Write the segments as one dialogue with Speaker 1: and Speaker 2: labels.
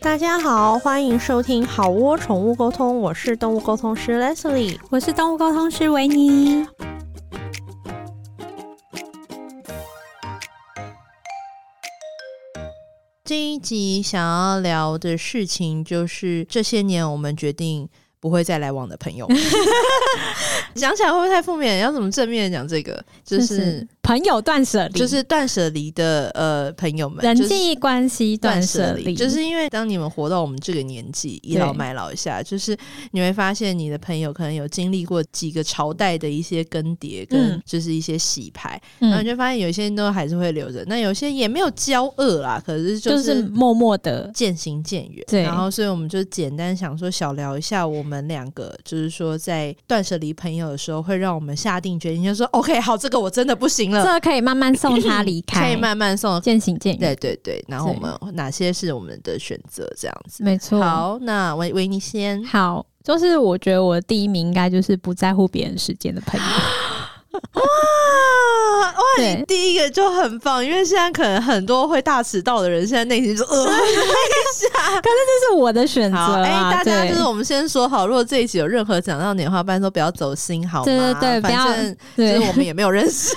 Speaker 1: 大家好，欢迎收听好窝宠物沟通，我是动物沟通师 Leslie。
Speaker 2: 我是动物沟通师维尼。
Speaker 1: 这一集想要聊的事情就是这 些年我们决定不会再来往的朋友。讲起来会不会太负面？要怎么正面地讲这个？就是
Speaker 2: 朋友断舍离，
Speaker 1: 就是断舍离的呃朋友们，
Speaker 2: 人
Speaker 1: 就是
Speaker 2: 际关系断
Speaker 1: 断
Speaker 2: 舍
Speaker 1: 舍
Speaker 2: 离，
Speaker 1: 离，就是因为当你们活到我们这个年纪，倚老卖老一下，就是你会发现你的朋友可能有经历过几个朝代的一些更迭，跟
Speaker 2: 嗯
Speaker 1: 就是一些洗牌，然后
Speaker 2: 嗯
Speaker 1: 你，就发现有些人都还是会留着，那有些也没有交恶啦，可是
Speaker 2: 就
Speaker 1: 就是是
Speaker 2: 默默的，
Speaker 1: 渐行渐远。
Speaker 2: 对
Speaker 1: 然后所以我们就简单想说小聊一下我们两个，就是说在断舍离朋友的时候，会让我们下定决心，就说 OK，好，这个我真的不行了，
Speaker 2: 这可以慢慢送他离
Speaker 1: 嗯 可以
Speaker 2: 开，
Speaker 1: 慢慢送。
Speaker 2: 渐行渐
Speaker 1: 对
Speaker 2: 远，
Speaker 1: 对对，然后我们哪些是我们的选择，这样子。
Speaker 2: 没错。
Speaker 1: 好，那维维尼先，
Speaker 2: 好，就是我觉得我的第一名应该就是不在乎别人时间的朋 友，
Speaker 1: 啊，哇，
Speaker 2: 对
Speaker 1: 你第一个就很棒，因为现在可能很多会大迟到的人，现在内心就呃。
Speaker 2: 这是我的选择
Speaker 1: 好，哎、
Speaker 2: 啊，
Speaker 1: 大家
Speaker 2: 对
Speaker 1: 就是我们先说好，如果这一集有任何讲到你的话，拜托不要走心，好吗？
Speaker 2: 对对对不要
Speaker 1: 反正就是
Speaker 2: 对，
Speaker 1: 我们也没有认识，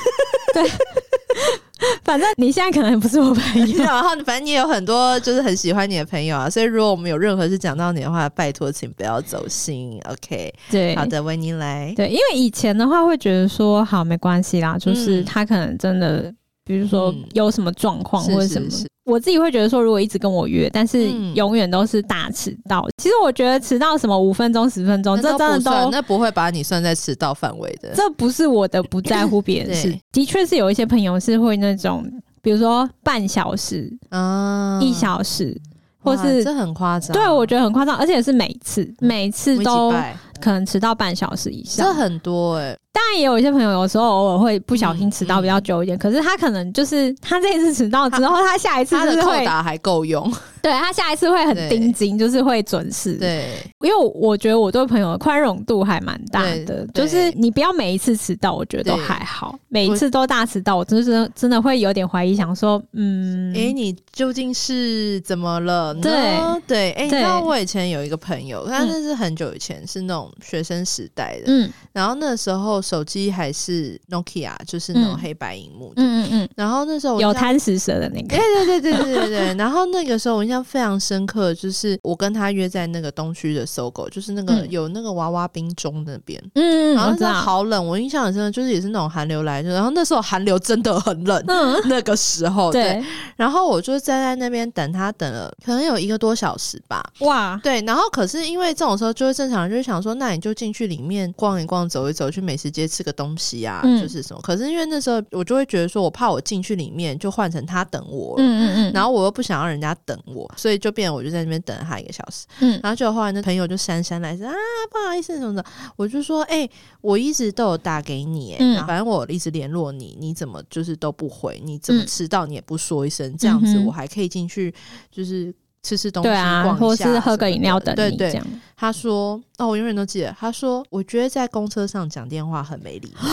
Speaker 2: 反正你现在可能不是我朋 友，
Speaker 1: 然后反正你也有很多就是很喜欢你的朋友啊，所以如果我们有任何是讲到你的话，拜托请不要走心，OK？
Speaker 2: 对，
Speaker 1: 好的，维尼来，
Speaker 2: 对，因为以前的话会觉得说，好没关系啦，就是
Speaker 1: 嗯
Speaker 2: 他可能真的，比如说
Speaker 1: 嗯
Speaker 2: 有什么状况
Speaker 1: 是
Speaker 2: 或者
Speaker 1: 是
Speaker 2: 什么。
Speaker 1: 是
Speaker 2: 我自己会觉得说，如果一直跟我约，但是
Speaker 1: 嗯
Speaker 2: 永远都是大迟到。其实我觉得迟到什么五分钟、十分钟，
Speaker 1: 那
Speaker 2: 哦这
Speaker 1: 都
Speaker 2: 真的
Speaker 1: 不算，
Speaker 2: 都
Speaker 1: 那不会把你算在迟到范围的。
Speaker 2: 这不是我的不在乎别人
Speaker 1: 对
Speaker 2: 事。的确是有一些朋友是会那种，比如说半小时、
Speaker 1: 啊
Speaker 2: 一小时，或
Speaker 1: 哇
Speaker 2: 是
Speaker 1: 这很夸张，
Speaker 2: 对我觉得很夸张，而且是每次每次
Speaker 1: 嗯我们一起
Speaker 2: 都
Speaker 1: 拜
Speaker 2: 可能迟到半小时以上
Speaker 1: 这。很多哎、
Speaker 2: 当然也有一些朋友有时候偶尔会不小心迟到比
Speaker 1: 嗯
Speaker 2: 较久一点，可是他可能就是他这一次迟到之 后，他下一次
Speaker 1: 他
Speaker 2: 就
Speaker 1: 的
Speaker 2: 是
Speaker 1: 扣
Speaker 2: 会，
Speaker 1: 打还够用，
Speaker 2: 对他下一次会很
Speaker 1: 对
Speaker 2: 盯紧，就是会准时。，
Speaker 1: 对，
Speaker 2: 因为我觉得我对朋友的宽容度还蛮大的
Speaker 1: 对，对
Speaker 2: 就是你不要每一次迟到，我觉得都
Speaker 1: 对
Speaker 2: 还好，每一次都大迟到，我真的真的会有点怀疑，想说，嗯，
Speaker 1: 哎、你究竟是怎么了呢？对，哎、你知
Speaker 2: 对
Speaker 1: 道我以前有一个朋友，他那是很久以前，是那种学生时代的，
Speaker 2: 嗯
Speaker 1: 然后那时候手机还是 Nokia，就是那种
Speaker 2: 嗯
Speaker 1: 黑白荧幕的，
Speaker 2: 嗯嗯
Speaker 1: 然后那时候
Speaker 2: 嗯，
Speaker 1: 我
Speaker 2: 有
Speaker 1: 印象
Speaker 2: 贪食蛇的那
Speaker 1: 对
Speaker 2: 个，
Speaker 1: 对对对对对对，然后那个时候我印象非常深刻，就是我跟他约在那个东区的搜狗，就是那个、
Speaker 2: 嗯
Speaker 1: 有那个娃娃冰中那边，
Speaker 2: 嗯，
Speaker 1: 然
Speaker 2: 我
Speaker 1: 后那
Speaker 2: 知
Speaker 1: 时候
Speaker 2: 道，
Speaker 1: 好冷，我印象很深刻，就是也是那种寒流来，然后那时候寒流真的很冷，
Speaker 2: 嗯，
Speaker 1: 那个时候
Speaker 2: 对，
Speaker 1: 然后我就站在那边等他，等了可能有一个多小时吧。
Speaker 2: 哇，
Speaker 1: 对，然后可是因为这种时候就会正常人就会想说，那你就进去里面逛一逛、走一走，去美食街吃个东西啊，
Speaker 2: 嗯
Speaker 1: 就是什么。可是因为那时候我就会觉得说，我怕我进去里面就换成他等我
Speaker 2: 嗯
Speaker 1: 了
Speaker 2: 嗯嗯，
Speaker 1: 然后我又不想让人家等我，所以就变我就在那边等了他一个小时。
Speaker 2: 嗯
Speaker 1: 然后就后来那朋友就姗姗来迟啊，不好意思什么的，我就说，哎、我一直都有打给你、哎、
Speaker 2: 嗯
Speaker 1: 然后反正我一直联络你，你怎么就是都不回，你怎么
Speaker 2: 嗯
Speaker 1: 迟到你也不说一声，这样子
Speaker 2: 嗯哼
Speaker 1: 我还可以进去就是吃吃东西，
Speaker 2: 对啊，
Speaker 1: 逛
Speaker 2: 或
Speaker 1: 一下
Speaker 2: 是喝个
Speaker 1: 什么
Speaker 2: 饮料
Speaker 1: 的
Speaker 2: 等
Speaker 1: 对
Speaker 2: 你
Speaker 1: 对
Speaker 2: 这样。
Speaker 1: 他说，哦，我永远都记得，他说，我觉得在公车上讲电话很没礼貌。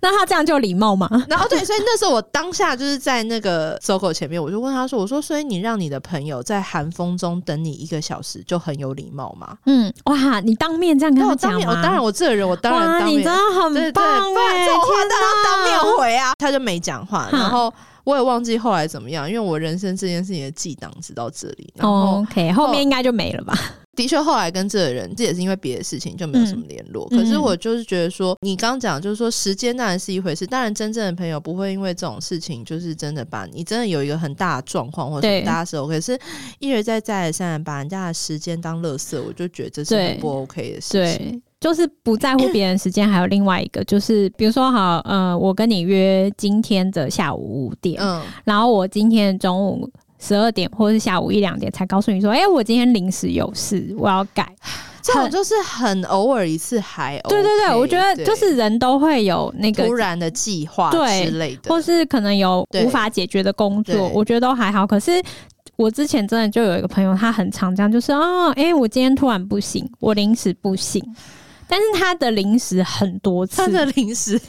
Speaker 2: 那他这样就礼貌吗？
Speaker 1: 然后对，所以那时候我当下就是在那个搜狗前面，我就问他说：“我说，所以你让你的朋友在寒风中等你一个小时，就很有礼貌吗
Speaker 2: 嗯，哇，你当面这样？”跟
Speaker 1: 那
Speaker 2: 他
Speaker 1: 我当
Speaker 2: 讲
Speaker 1: 面，我
Speaker 2: 吗？
Speaker 1: 当然我这个人，我当然
Speaker 2: 哇，
Speaker 1: 当
Speaker 2: 你
Speaker 1: 面
Speaker 2: 真，的
Speaker 1: 对
Speaker 2: 很
Speaker 1: 对，不
Speaker 2: 棒
Speaker 1: 然
Speaker 2: 哎、
Speaker 1: 这种话
Speaker 2: 天
Speaker 1: 当然
Speaker 2: 哪
Speaker 1: 当面回啊，他就没讲话。
Speaker 2: 哼
Speaker 1: 然后我也忘记后来怎么样，因为我人生这件事情的记档直到这里。然后
Speaker 2: 哦 OK，后面应该就没 了吧？
Speaker 1: 的确，后来跟这个人，这也是因为别的事情就没有什么联络。
Speaker 2: 嗯
Speaker 1: 可是我就是觉得说，你刚讲就是说，时间当然是一回事，当然真正的朋友不会因为这种事情，就是真的把你真的有一个很大的状况或者什
Speaker 2: 对
Speaker 1: 么，大家是 OK。可是一而再再而三地把人家的时间当垃圾，我就觉得这是很
Speaker 2: 对
Speaker 1: 不 OK 的事情。
Speaker 2: 对，就是不在乎别人时间。还有另外一个，就是比如说，好，呃，我跟你约今天的下午五点，
Speaker 1: 嗯，
Speaker 2: 然后我今天中午。十二点或是下午一两点才告诉你说，哎、我今天临时有事，我要改。
Speaker 1: 这种就是很偶尔一次还 OK,
Speaker 2: 对对对，我觉得就是人都会有那个
Speaker 1: 突然的计划
Speaker 2: 对
Speaker 1: 之类的，
Speaker 2: 或是可能有
Speaker 1: 对
Speaker 2: 无法解决的工
Speaker 1: 对
Speaker 2: 作，我觉得都还好。可是我之前真的就有一个朋友，他很常这样，就是哦，哎、我今天突然不行，我临时不行，但是他的零食很多次，
Speaker 1: 他的 零食，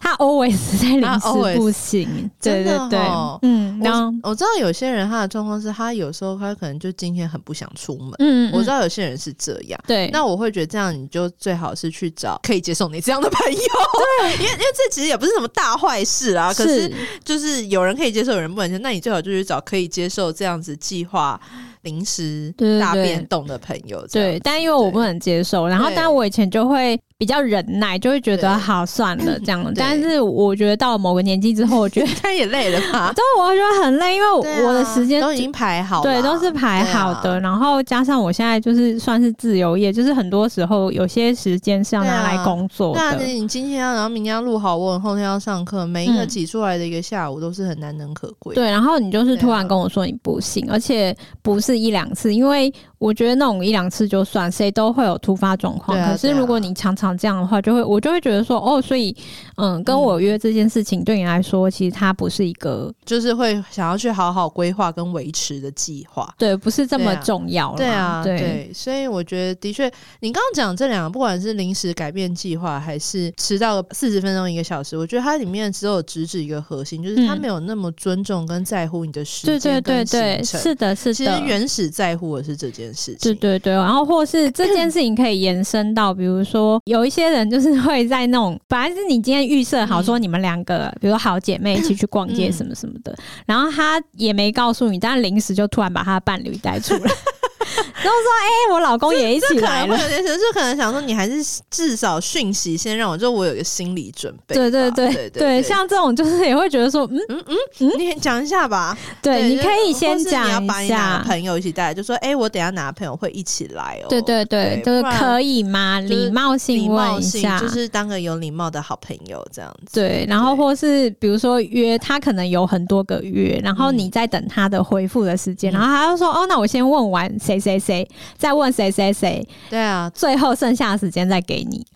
Speaker 2: 他 always 在
Speaker 1: 他
Speaker 2: 零食
Speaker 1: always
Speaker 2: 不行，对
Speaker 1: 真的
Speaker 2: 对对
Speaker 1: 哦，
Speaker 2: 嗯，然后
Speaker 1: 我我知道有些人他的状况是他有时候他可能就今天很不想出门，
Speaker 2: 嗯，嗯
Speaker 1: 我知道有些人是这样。
Speaker 2: 对，
Speaker 1: 那我会觉得这样，你就最好是去找可以接受你这样的朋友， 因为因为这其实也不是什么大坏事啊。可是就是有人可以接受，有人不能接受，那你最好就去找可以接受这样子计划临时
Speaker 2: 对对
Speaker 1: 大
Speaker 2: 对
Speaker 1: 变动的朋友。这样
Speaker 2: 对，，但因为我
Speaker 1: 对
Speaker 2: 不能接受，然后
Speaker 1: 对
Speaker 2: 但我以前就会比较忍耐，就会觉
Speaker 1: 对。
Speaker 2: 得好算了这样 但是我觉得到了某个年纪之后，我觉得
Speaker 1: 他也累了吧？
Speaker 2: 真的我觉得很累，因为
Speaker 1: 对啊
Speaker 2: 我的时间
Speaker 1: 都已经排好啊了，
Speaker 2: 对都是排好的，然后加上我现在就是算是自由业，就是很多时候有些时间是要拿
Speaker 1: 对啊
Speaker 2: 来工作
Speaker 1: 对啊。那
Speaker 2: 的。
Speaker 1: 你今天要，然后明天要录好文，后天要上课，每一个
Speaker 2: 嗯
Speaker 1: 挤出来的一个下午都是很难能可贵。
Speaker 2: 对，然后你就是
Speaker 1: 对啊
Speaker 2: 突然跟我说你不行，
Speaker 1: 啊
Speaker 2: 而且不是一两次，因为我觉得那种一两次就算，谁都会有突发状况。
Speaker 1: 对啊
Speaker 2: 可是
Speaker 1: 对啊
Speaker 2: 如果你常常这样的话，就会我就会觉得说，哦，所以嗯，跟我约这件事情对你来说，其实它不是一个
Speaker 1: 就是会想要去好好规划跟维持的计划。
Speaker 2: 对，不是这
Speaker 1: 对
Speaker 2: 么
Speaker 1: 啊
Speaker 2: 重要啦
Speaker 1: 对啊，
Speaker 2: 对。
Speaker 1: 对，所以我觉得的确，你刚刚讲这两个，不管是临时改变计划，还是迟到四十分钟一个小时，我觉得它里面只有直指一个核心，就是它
Speaker 2: 嗯
Speaker 1: 没有那么尊重跟在乎你的时
Speaker 2: 对对
Speaker 1: 间
Speaker 2: 对
Speaker 1: 跟行程。
Speaker 2: 对，是的，是
Speaker 1: 其实
Speaker 2: 的，
Speaker 1: 原始在乎的是这件事
Speaker 2: 对
Speaker 1: 情。
Speaker 2: 对对，然后或是这件事情可以延伸到，比如说有一些人就是会在那种，本来是你今天预设好说你们两个，比如好姐妹一起去逛街
Speaker 1: 嗯
Speaker 2: 什么什么的，然后他也没告诉你，但临时就突然把他的伴侣带 出来，然后说：“哎、我老公也一起
Speaker 1: 可
Speaker 2: 来
Speaker 1: 能
Speaker 2: 了。
Speaker 1: 会有点，就可能想说，你还是至少讯息先让我，就我有个心理准”备吧。
Speaker 2: 对对对
Speaker 1: 对
Speaker 2: 对，像这种就是也会觉得说，嗯，
Speaker 1: 你讲一下吧。
Speaker 2: 对，你可以
Speaker 1: 就
Speaker 2: 先
Speaker 1: 或是你要
Speaker 2: 讲
Speaker 1: 把
Speaker 2: 一
Speaker 1: 你哪
Speaker 2: 下
Speaker 1: 个，朋友一起带来，就说，哎，我等一下哪个朋友会一起来哦。
Speaker 2: 对对对
Speaker 1: 对，
Speaker 2: 就是
Speaker 1: 不然
Speaker 2: 可以吗？
Speaker 1: 就是
Speaker 2: 礼貌
Speaker 1: 礼
Speaker 2: 性
Speaker 1: 貌
Speaker 2: 问一
Speaker 1: 性
Speaker 2: 下，
Speaker 1: 就是当个有礼貌的好朋友这样子。
Speaker 2: 对，然后
Speaker 1: 对
Speaker 2: 或是比如说约他，可能有很多个约，然后
Speaker 1: 嗯
Speaker 2: 你在等他的回复的时间，
Speaker 1: 嗯
Speaker 2: 然后他就说哦，那我先问完谁谁谁，再问谁谁谁，
Speaker 1: 对啊，
Speaker 2: 最后剩下的时间再给你。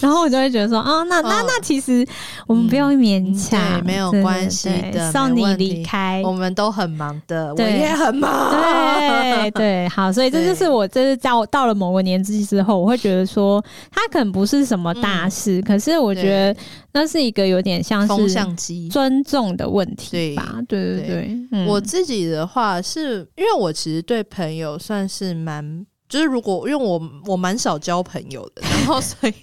Speaker 2: 然后我就会觉得说，哦，那那
Speaker 1: 嗯
Speaker 2: 那其实我们不用
Speaker 1: 嗯
Speaker 2: 勉
Speaker 1: 对
Speaker 2: 强，
Speaker 1: 没有
Speaker 2: 对对
Speaker 1: 关系
Speaker 2: 对
Speaker 1: 的
Speaker 2: 送
Speaker 1: 没
Speaker 2: 你
Speaker 1: 问
Speaker 2: 离
Speaker 1: 题
Speaker 2: 开。
Speaker 1: 我们都很忙的，我
Speaker 2: 哎对
Speaker 1: 也很忙。
Speaker 2: 对对，好，所以这就是
Speaker 1: 对
Speaker 2: 我这是在我到了某个年纪之后，我会觉得说，它可能不是什么大
Speaker 1: 嗯
Speaker 2: 事，可是我觉
Speaker 1: 对
Speaker 2: 得那是一个有点像
Speaker 1: 风
Speaker 2: 是
Speaker 1: 向机。
Speaker 2: 尊重的问题
Speaker 1: 对
Speaker 2: 吧？对对
Speaker 1: 对
Speaker 2: 对，嗯
Speaker 1: 我自己的话是，因为我其实对朋友算是蛮，就是如果因为我我蛮少交朋友的，然后 所以。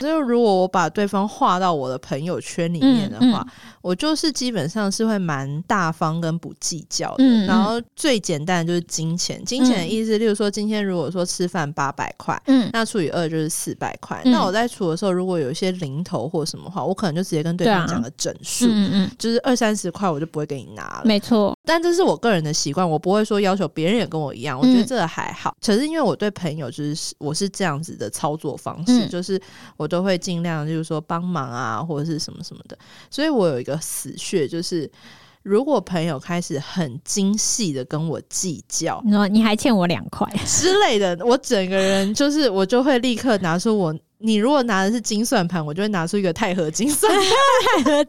Speaker 1: 就是如果我把对方划到我的朋友圈里面的话，
Speaker 2: 嗯
Speaker 1: 我就是基本上是会蛮大方跟不计较的。
Speaker 2: 嗯嗯
Speaker 1: 然后最简单的就是金钱，金钱的意思，例如说今天如果说吃饭八百块，
Speaker 2: 嗯，
Speaker 1: 那除以二就是四百块。
Speaker 2: 嗯
Speaker 1: 那我在除的时候，如果有一些零头或什么话，我可能就直接跟对
Speaker 2: 对
Speaker 1: 方
Speaker 2: 啊
Speaker 1: 讲个整数。
Speaker 2: 嗯嗯，
Speaker 1: 就是二三十块，我就不会给你拿了。
Speaker 2: 没错，
Speaker 1: 但这是我个人的习惯，我不会说要求别人也跟我一样。我
Speaker 2: 嗯
Speaker 1: 觉得这个还好。可是因为我对朋友就是我是这样子的操作方式，
Speaker 2: 嗯
Speaker 1: 就是我都会尽量就是说帮忙啊，或者是什么什么的。所以我有一个死穴，就是如果朋友开始很精细的跟我计较，
Speaker 2: 你说你还欠我两 块，
Speaker 1: 之类的，我整个人就是我就会立刻拿出我，你如果拿的是金算盘，我就会拿出一个钛合金算盘。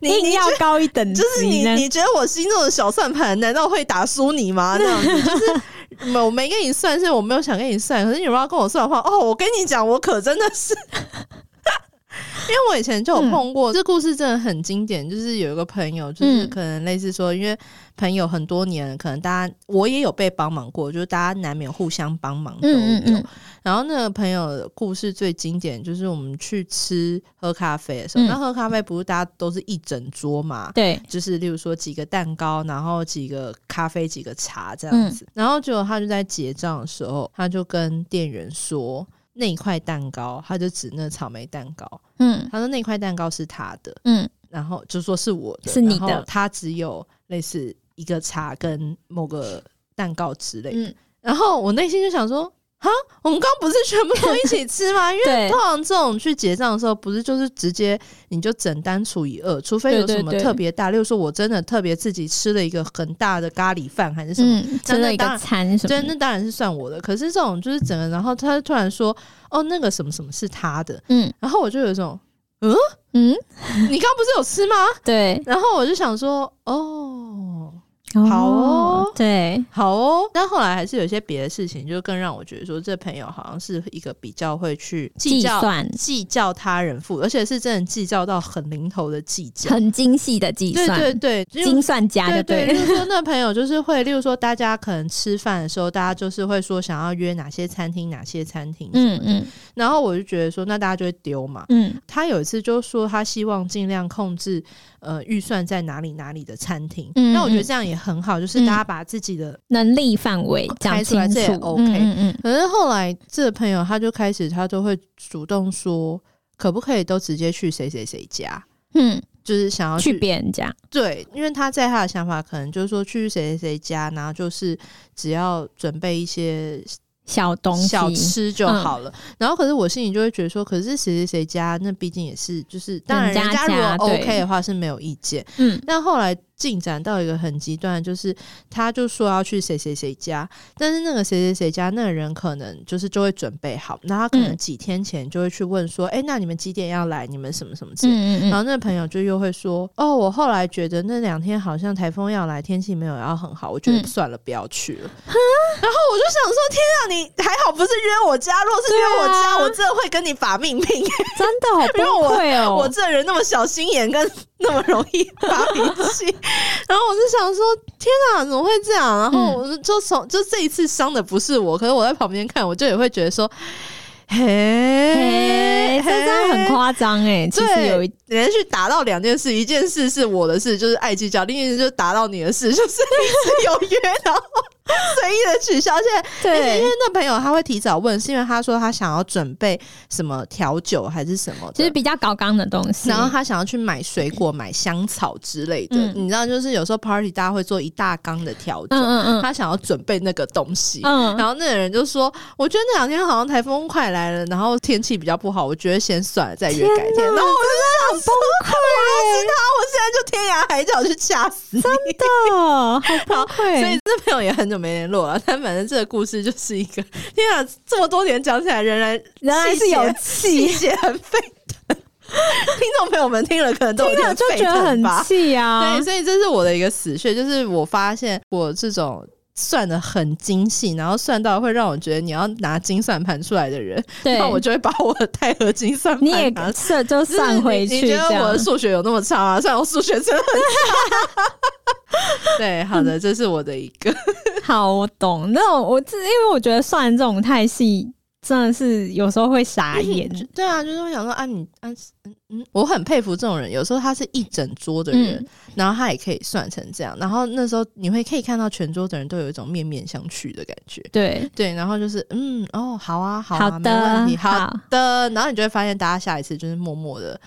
Speaker 1: 你
Speaker 2: 硬
Speaker 1: 你
Speaker 2: 要高一等级
Speaker 1: 就是你
Speaker 2: 呢，
Speaker 1: 你觉得我心中的小算盘难道会打输你吗？这样子就是没有我没跟你算，是我没有想跟你算。可是你如果要跟我算的话，哦，我跟你讲，我可真的是。 因为我以前就
Speaker 2: 嗯
Speaker 1: 有碰过，这故事真的很经典。就是有一个朋友，就是
Speaker 2: 嗯
Speaker 1: 可能类似说，因为朋友很多年，可能大家我也有被帮忙过，就是大家难免互相帮忙都有。
Speaker 2: 嗯嗯嗯
Speaker 1: 然后那个朋友的故事最经典就是我们去吃喝咖啡的时候，
Speaker 2: 嗯
Speaker 1: 那喝咖啡不是大家都是一整桌嘛？
Speaker 2: 对，
Speaker 1: 就是例如说几个蛋糕，然后几个咖啡，几个茶这
Speaker 2: 嗯
Speaker 1: 样子。然后结果他就在结账的时候，他就跟店员说那一块蛋糕，他就指那草莓蛋糕，
Speaker 2: 嗯
Speaker 1: 他说那块蛋糕是他的，
Speaker 2: 嗯
Speaker 1: 然后就说是我的，
Speaker 2: 是你的
Speaker 1: 然后他只有类似一个茶跟某个蛋糕之类的。
Speaker 2: 嗯，
Speaker 1: 然后我内心就想说。哈，我们刚不是全部都一起吃 吗？因为
Speaker 2: 对
Speaker 1: 通常这种去结账的时候，不是就是直接你就整单除以二，除非有
Speaker 2: 对对
Speaker 1: 什么
Speaker 2: 对
Speaker 1: 特别大，例如说我真的特别自己吃了一个很大的咖喱饭还是什么，
Speaker 2: 嗯，吃了一
Speaker 1: 当
Speaker 2: 个
Speaker 1: 然
Speaker 2: 餐什
Speaker 1: 对，
Speaker 2: 么
Speaker 1: 那
Speaker 2: 的，
Speaker 1: 当然是算我的。可是这种就是整个，然后他突然说：“哦，那个什么什么是他的。
Speaker 2: 嗯”
Speaker 1: 然后我就有一种，
Speaker 2: 嗯，
Speaker 1: 你刚不是有吃吗？
Speaker 2: 对，
Speaker 1: 然后我就想说，哦，好哦
Speaker 2: 对，
Speaker 1: 好哦，但后来还是有一些别的事情，就更让我觉得说，这朋友好像是一个比较会去计
Speaker 2: 计
Speaker 1: 较、
Speaker 2: 算
Speaker 1: 计较他人付，而且是真的计较到很零头的计较。
Speaker 2: 很精细的计
Speaker 1: 对
Speaker 2: 算，
Speaker 1: 对对，因为
Speaker 2: 精算家就
Speaker 1: 对
Speaker 2: 对
Speaker 1: 对，
Speaker 2: 了
Speaker 1: 例如说那朋友就是会，例如说大家可能吃饭的时候，大家就是会说想要约哪些餐厅，哪些餐厅，嗯，
Speaker 2: 嗯嗯
Speaker 1: 然后我就觉得说，那大家就会丢嘛。
Speaker 2: 嗯，
Speaker 1: 他有一次就说，他希望尽量控制呃预算在哪里哪里的餐厅。
Speaker 2: 嗯
Speaker 1: 那我觉得
Speaker 2: 嗯
Speaker 1: 这样也很好，就是
Speaker 2: 嗯
Speaker 1: 大家把自己的
Speaker 2: 能力范围讲
Speaker 1: 开出
Speaker 2: 清
Speaker 1: 来
Speaker 2: 楚
Speaker 1: 这也 OK
Speaker 2: 嗯嗯
Speaker 1: 可是后来这个朋友他就开始，他都会主动说，可不可以都直接去谁谁谁家，
Speaker 2: 嗯
Speaker 1: 就是想要
Speaker 2: 嗯，
Speaker 1: 去
Speaker 2: 去别人家，
Speaker 1: 对，因为他在他的想法可能就是说去谁谁谁家，然后就是只要准备一些
Speaker 2: 小东西，
Speaker 1: 小吃就好了。
Speaker 2: 嗯
Speaker 1: 然后可是我心里就会觉得说，可是谁谁谁家那毕竟也是就是，当然
Speaker 2: 人
Speaker 1: 人
Speaker 2: 家
Speaker 1: 家如
Speaker 2: 家
Speaker 1: 果
Speaker 2: 对
Speaker 1: OK 的话是没有意见。
Speaker 2: 嗯，
Speaker 1: 但后来进展到一个很极端，就是他就说要去谁谁谁家，但是那个谁谁谁家那个人可能就是就会准备好，那他可能
Speaker 2: 嗯
Speaker 1: 几天前就会去问说，哎、那你们几点要来？你们什么什么之类的。
Speaker 2: 嗯嗯
Speaker 1: 然
Speaker 2: 嗯，
Speaker 1: 后那个朋友就又会说：“哦，我后来觉得那两天好像台风要来，天气没有要很好，我觉得
Speaker 2: 嗯
Speaker 1: 算了，不要去了。然后我就想说：“天啊，你还好不是约我家，如果是约我
Speaker 2: 对
Speaker 1: 家，
Speaker 2: 啊
Speaker 1: 我真的会跟你把命拼。
Speaker 2: 真的好崩溃哦，
Speaker 1: 我这人那么小心眼，跟那么容易发脾气， 然后我就想说，天哪，怎么会这样？然后
Speaker 2: 嗯
Speaker 1: 我就就从就这一次伤的不是我，可是我在旁边看，我就也会觉得说，嘿
Speaker 2: 嘿，，这真的很夸张哎，其实
Speaker 1: 对
Speaker 2: 有一
Speaker 1: 连续打到两件事，一件事是我的事，就是爱计较；另一件事就是打到你的事， 就是你有约，然后随意的取消。而且而且因
Speaker 2: 对
Speaker 1: 为。那朋友他会提早问，是因为他说他想要准备什么调酒还是什么的，
Speaker 2: 就是比较高纲的东西，
Speaker 1: 然后他想要去买水果、买香草之类的，
Speaker 2: 嗯
Speaker 1: 你知道，就是有时候 party 大家会做一大缸的调酒，
Speaker 2: 嗯嗯嗯
Speaker 1: 他想要准备那个东西。
Speaker 2: 嗯，
Speaker 1: 然后那个人就说：“我觉得那两天好像台风快来了，然后天气比较不好，我觉得先算了，再约改天。”然后我就想说：“我要是他，我现在就天涯海角去掐死你。
Speaker 2: 哦，好崩溃，
Speaker 1: 所以这朋友也很久没联络了，但反正这个故事就是一个天啊，这么多年讲起来仍然
Speaker 2: 仍然是有
Speaker 1: 气血很沸腾。 听众朋友们听了可能都有
Speaker 2: 听
Speaker 1: 点
Speaker 2: 了就
Speaker 1: 沸
Speaker 2: 觉得
Speaker 1: 腾
Speaker 2: 很
Speaker 1: 吧。
Speaker 2: 气啊
Speaker 1: 对，，所以这是我的一个死穴，就是我发现我这种算的很精细，然后算到会让我觉得你要拿金算盘出来的人，
Speaker 2: 对，
Speaker 1: 那我就会把我的钛合金算盘
Speaker 2: 你也
Speaker 1: 拿出来
Speaker 2: 算就
Speaker 1: 就是
Speaker 2: 算回
Speaker 1: 你
Speaker 2: 去，
Speaker 1: 你觉
Speaker 2: 这
Speaker 1: 得
Speaker 2: 样
Speaker 1: 我的数学有那么差吗？虽然我数学真的很差。 对，好的，这是我的一个。
Speaker 2: 好，我懂。那种我自因为我觉得算这种太细，真的是有时候会傻眼。
Speaker 1: 对啊，就是会想说啊，你啊，嗯嗯，我很佩服这种人。有时候他是一整桌的人，
Speaker 2: 嗯
Speaker 1: 然后他也可以算成这样。然后那时候你会可以看到全桌的人都有一种面面相觑的感觉。
Speaker 2: 对，
Speaker 1: 对，然后就是嗯，哦，好啊，好啊，
Speaker 2: 好
Speaker 1: 没问
Speaker 2: 的
Speaker 1: 题，，好
Speaker 2: 好，
Speaker 1: 的。然后你就会发现，大家下一次就是默默的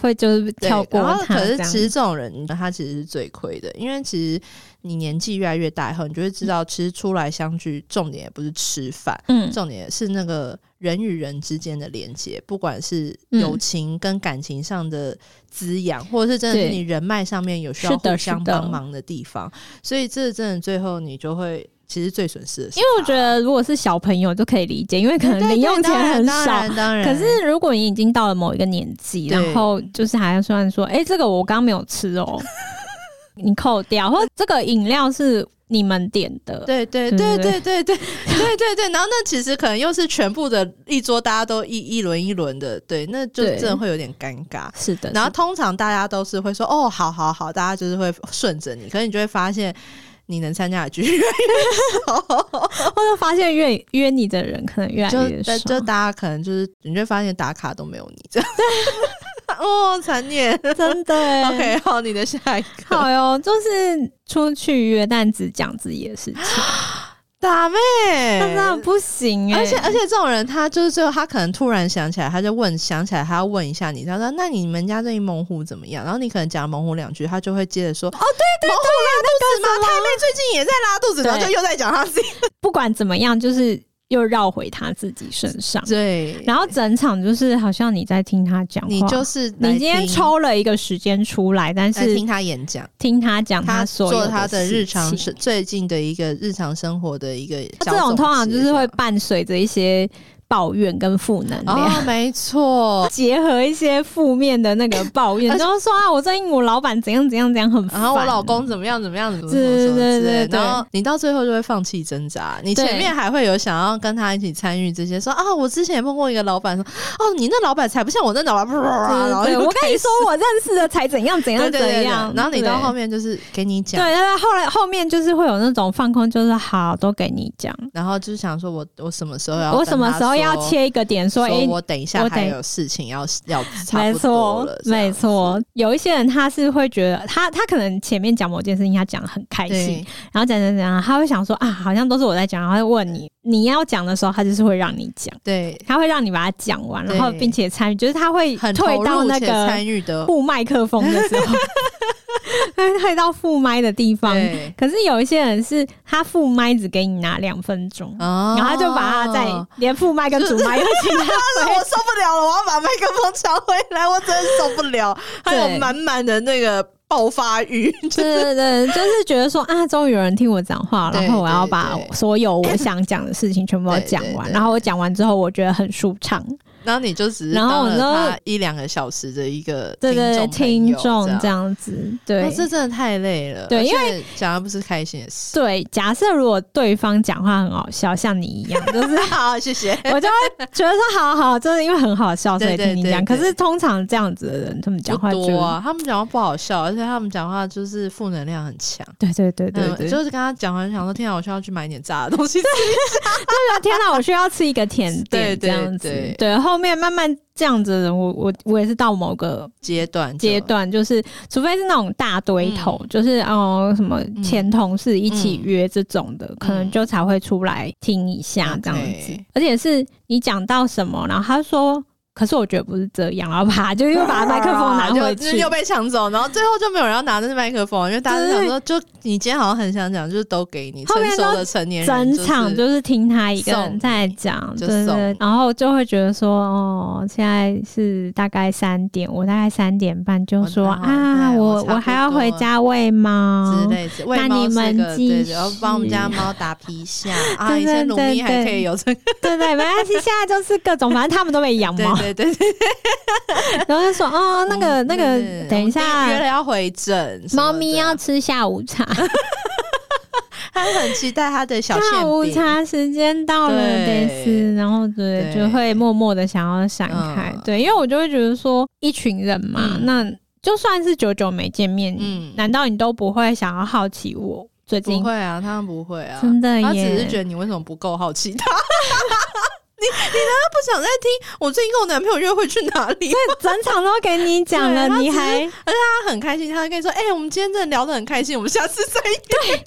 Speaker 2: 会就是
Speaker 1: 对
Speaker 2: 跳过
Speaker 1: 然后
Speaker 2: 它
Speaker 1: 可是
Speaker 2: 这样
Speaker 1: 其实这种人，他其实是最亏的，因为其实你年纪越来越大以后，你就会知道，其实出来相聚，重点也不是吃饭，
Speaker 2: 嗯，
Speaker 1: 重点是那个人与人之间的连接，不管是
Speaker 2: 嗯
Speaker 1: 友情跟感情上的滋养，或者是真的是
Speaker 2: 对
Speaker 1: 你人脉上面有
Speaker 2: 是
Speaker 1: 需要
Speaker 2: 的
Speaker 1: 互相
Speaker 2: 是的
Speaker 1: 帮忙的地方，所以这真的最后你就会。其实最损失的是他，
Speaker 2: 因为我觉得如果是小朋友就可以理解，因为可
Speaker 1: 对
Speaker 2: 能
Speaker 1: 对
Speaker 2: 零用
Speaker 1: 当
Speaker 2: 钱
Speaker 1: 然
Speaker 2: 很
Speaker 1: 当
Speaker 2: 少。
Speaker 1: 然当然，
Speaker 2: 可是如果你已经到了某一个年纪，
Speaker 1: 对
Speaker 2: 然后就是还要算说，哎，这个我刚没有吃 哦，你扣掉，或者这个饮料是你们点的，
Speaker 1: 对对
Speaker 2: 对
Speaker 1: 对对对对对对对，然后那其实可能又是全部的一桌，大家都一一轮一轮的，对，那就
Speaker 2: 对
Speaker 1: 真的会有点尴尬。
Speaker 2: 是的。
Speaker 1: 然后
Speaker 2: 是的
Speaker 1: 通常大家都是会说哦，好好好，大家就是会顺着你，可是你就会发现你能参加的局越来越少，
Speaker 2: 或者发现约约你的人可能越来
Speaker 1: 就
Speaker 2: 越
Speaker 1: 就
Speaker 2: 少，
Speaker 1: 就大家可能就是你就会发现打卡都没有你 这样，哦，残念。
Speaker 2: 真的欸
Speaker 1: OK，好，你的下一个
Speaker 2: 好哟，就是出去约，但只讲自己的事情，
Speaker 1: 打妹，
Speaker 2: 那真的不行哎、
Speaker 1: 而且而且这种人，他就是最后他可能突然想起来，他就问想起来，他要问一下你，他说：“那你们家最近猛虎怎么样？”然后你可能讲猛虎两句，他就会接着说：“哦，对对对，猛虎拉肚子吗？太妹最近也在拉肚子。”然后就
Speaker 2: 对
Speaker 1: 又在讲他自己。
Speaker 2: 不管怎么样，就是又绕回他自己身上，
Speaker 1: 对，
Speaker 2: 然后整场就是好像你在听他讲话，
Speaker 1: 你就是
Speaker 2: 你
Speaker 1: 来
Speaker 2: 今天
Speaker 1: 听
Speaker 2: 抽了一个时间出来，但
Speaker 1: 来
Speaker 2: 是
Speaker 1: 听他演讲，
Speaker 2: 听他讲
Speaker 1: 他
Speaker 2: 所有
Speaker 1: 做他的
Speaker 2: 事
Speaker 1: 日常
Speaker 2: 情
Speaker 1: 生最近的一个日常生活的一个
Speaker 2: 那
Speaker 1: 小
Speaker 2: 这种
Speaker 1: 总
Speaker 2: 通常
Speaker 1: 结
Speaker 2: 就是
Speaker 1: 这
Speaker 2: 会
Speaker 1: 样
Speaker 2: 伴随着一些抱怨跟负能量。
Speaker 1: 哦，没错。
Speaker 2: 结合一些负面的那个抱怨，
Speaker 1: 而且
Speaker 2: 然后说啊，我最近我老板怎样怎样怎样很烦，
Speaker 1: 然后我老公怎么样怎么样怎么怎
Speaker 2: 对
Speaker 1: 么
Speaker 2: 对
Speaker 1: 怎么
Speaker 2: 对
Speaker 1: 之类的，
Speaker 2: 对
Speaker 1: 然后你到最后就会放弃挣扎。你前
Speaker 2: 对
Speaker 1: 面还会有想要跟他一起参与这些，说啊，我之前也碰过一个老板说，哦，你那老板才不像我那老 板，啊然后
Speaker 2: 对，
Speaker 1: 就
Speaker 2: 我
Speaker 1: 开
Speaker 2: 跟你
Speaker 1: 始
Speaker 2: 说，我认识的才怎样怎
Speaker 1: 对
Speaker 2: 样
Speaker 1: 对对对
Speaker 2: 怎样，
Speaker 1: 然后你到
Speaker 2: 对
Speaker 1: 后面就是给你
Speaker 2: 对，
Speaker 1: 讲，
Speaker 2: 对，后来后面就是会有那种放空，就是好都给你讲，
Speaker 1: 然后就是想说我我什么时候要
Speaker 2: 我
Speaker 1: 跟
Speaker 2: 什么
Speaker 1: 他
Speaker 2: 时候要
Speaker 1: 说。
Speaker 2: 切一个点说，
Speaker 1: 说
Speaker 2: 哎，
Speaker 1: 我等一下
Speaker 2: 我等
Speaker 1: 还有事情要要差
Speaker 2: 没
Speaker 1: 不多
Speaker 2: 错
Speaker 1: 了，，这样
Speaker 2: 没错，有一些人他是会觉得他他可能前面讲某件事情他讲得很开心，
Speaker 1: 对
Speaker 2: 然后讲讲讲，他会想说啊，好像都是我在讲，然后他会问你你要讲的时候，他就是会让你讲，
Speaker 1: 对，
Speaker 2: 他会让你把它讲完，然后
Speaker 1: 对
Speaker 2: 并且参与，就是他会
Speaker 1: 很
Speaker 2: 退
Speaker 1: 投
Speaker 2: 到
Speaker 1: 入
Speaker 2: 那
Speaker 1: 且
Speaker 2: 个
Speaker 1: 参与的，
Speaker 2: 副麦克风的时候， 他退到副麦的地方。
Speaker 1: 对，
Speaker 2: 可是有一些人是他副麦只给你拿两分钟，
Speaker 1: 然
Speaker 2: 然后他就把它再连副麦跟主麦一起拿
Speaker 1: 但 是我受不了了，我要把麦克风抢回来，我真的受不了，还有
Speaker 2: 对
Speaker 1: 满满的那个爆发欲。
Speaker 2: 对对对， 就是觉得说啊，终于有人听我讲话，
Speaker 1: 对
Speaker 2: 然后我要把
Speaker 1: 对对
Speaker 2: 所有我想讲的事情全部都讲
Speaker 1: 对对
Speaker 2: 完，
Speaker 1: 对
Speaker 2: 然后我讲完之后，我觉得很舒畅。
Speaker 1: 然后你就只是
Speaker 2: 然后
Speaker 1: 当
Speaker 2: 我
Speaker 1: 了
Speaker 2: 就
Speaker 1: 他一两个小时的一个
Speaker 2: 对对对，听众
Speaker 1: 众
Speaker 2: 这
Speaker 1: 这样，
Speaker 2: 样子，对
Speaker 1: 哦这真的太累了。
Speaker 2: 对因
Speaker 1: 为讲的不是开心的事。
Speaker 2: 对。假设如果对方讲话很好笑，像你一 样，就是
Speaker 1: 好，谢谢。
Speaker 2: 我就会觉得说好好，就是因为很好笑，所以
Speaker 1: 对对
Speaker 2: 听你讲。
Speaker 1: 对
Speaker 2: 可
Speaker 1: 对
Speaker 2: 是通常这样子的人，他们讲话
Speaker 1: 不
Speaker 2: 就
Speaker 1: 多啊，他们讲话不好笑，而且他们讲话就是负能量很强。
Speaker 2: 对对对对
Speaker 1: 嗯
Speaker 2: 对，
Speaker 1: 就是跟他讲完，想说天啊，我需要去买点炸的 东西吃。
Speaker 2: 啊天哪，我需要吃一个甜
Speaker 1: 对
Speaker 2: 点这
Speaker 1: 对
Speaker 2: 样子。
Speaker 1: 对
Speaker 2: 后面慢慢这样子的人，我我我也是到某个
Speaker 1: 阶段
Speaker 2: 阶，段，就是除非是那种大堆头，
Speaker 1: 嗯
Speaker 2: 就是哦、什么前同事一起约这种的，可能就才会出来听一下这样子。
Speaker 1: 嗯 OK
Speaker 2: 而且是你讲到什么，然后他说。可是我觉得不是这样，然后啪，就又把麦克风拿回
Speaker 1: 就
Speaker 2: 去，
Speaker 1: 又被抢走，然后最后就没有人要拿着麦克风，因为大家就想说，就你今天好像很想讲，就是都给你
Speaker 2: 后
Speaker 1: 成
Speaker 2: 面
Speaker 1: 熟的成年人、
Speaker 2: 整
Speaker 1: 就是，
Speaker 2: 场就是听他一个
Speaker 1: 送
Speaker 2: 人
Speaker 1: 你
Speaker 2: 在讲，
Speaker 1: 就
Speaker 2: 对对
Speaker 1: 送
Speaker 2: 对
Speaker 1: 你，
Speaker 2: 然后就会觉得说，哦，现在是大概三点，我大概三点半就
Speaker 1: 完
Speaker 2: 说
Speaker 1: 蛋完
Speaker 2: 啊，
Speaker 1: 蛋我
Speaker 2: 我
Speaker 1: 差不
Speaker 2: 我还要
Speaker 1: 多
Speaker 2: 回
Speaker 1: 了
Speaker 2: 家喂猫
Speaker 1: 之类的，喂
Speaker 2: 哦那
Speaker 1: 猫
Speaker 2: 你
Speaker 1: 是
Speaker 2: 们
Speaker 1: 个
Speaker 2: 继
Speaker 1: 对，然后帮我们家
Speaker 2: 续
Speaker 1: 猫打 皮下啊，
Speaker 2: 对
Speaker 1: 以
Speaker 2: 对
Speaker 1: 前鲁咪
Speaker 2: 对
Speaker 1: 还可
Speaker 2: 对
Speaker 1: 以有这个，
Speaker 2: 对对，没关系，现在就是各种，反正他们都没养
Speaker 1: 对
Speaker 2: 猫，
Speaker 1: 对对对，
Speaker 2: 然后就说，哦，那个那个
Speaker 1: 对对，对
Speaker 2: 等一
Speaker 1: 嗯我们约了
Speaker 2: 下，
Speaker 1: 要回诊，
Speaker 2: 猫咪要，吃下午茶，
Speaker 1: 他很期待他的小馅
Speaker 2: 下午
Speaker 1: 饼。
Speaker 2: 茶时间到了，
Speaker 1: 对
Speaker 2: 得是，然后对
Speaker 1: 对
Speaker 2: 就会默默的想要闪开
Speaker 1: 嗯，
Speaker 2: 对，因为我就会觉得说，一群人嘛，
Speaker 1: 嗯
Speaker 2: 那就算是久久没见面，
Speaker 1: 嗯
Speaker 2: 难道你都不会想要好奇我最
Speaker 1: 不
Speaker 2: 近？
Speaker 1: 会啊，他们不会啊，
Speaker 2: 真的
Speaker 1: 他只
Speaker 2: 耶
Speaker 1: 是觉得你为什么不够好奇他。 你你难道不想再听我最近跟我男朋友约会去哪里？
Speaker 2: 整场都给你讲
Speaker 1: 对他
Speaker 2: 了，你
Speaker 1: 只是
Speaker 2: 还
Speaker 1: 他很开心，他会跟你说：“哎、我们今天真的聊得很开心，我们下次再约。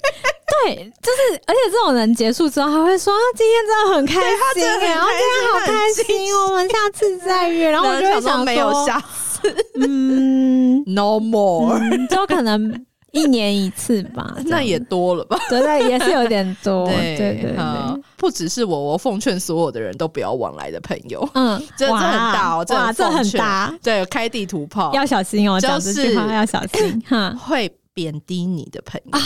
Speaker 2: 对，就是，而且这种人结束之后还会说，啊，今天真的很开心
Speaker 1: 对他真的很
Speaker 2: 欸，
Speaker 1: 开心
Speaker 2: 然后今天好开心，我们下次再约。”然后我就会
Speaker 1: 想
Speaker 2: 想
Speaker 1: 说没有
Speaker 2: 说，
Speaker 1: 下
Speaker 2: 嗯，
Speaker 1: ，no more，、，
Speaker 2: 嗯就可能一年一次吧
Speaker 1: 那也多了吧？
Speaker 2: 对对，也是有点多，对对对，
Speaker 1: 好不只是我，我奉劝所有的人都不要往来的朋友。
Speaker 2: 嗯，
Speaker 1: 这这
Speaker 2: 哇
Speaker 1: 很大哦这很
Speaker 2: 哇，这
Speaker 1: 奉
Speaker 2: 很
Speaker 1: 劝
Speaker 2: 大，
Speaker 1: 对，开地图炮
Speaker 2: 要小心哦，
Speaker 1: 就
Speaker 2: 讲这句
Speaker 1: 是
Speaker 2: 话要小心哈。
Speaker 1: 会贬低你的朋
Speaker 2: 啊
Speaker 1: 友，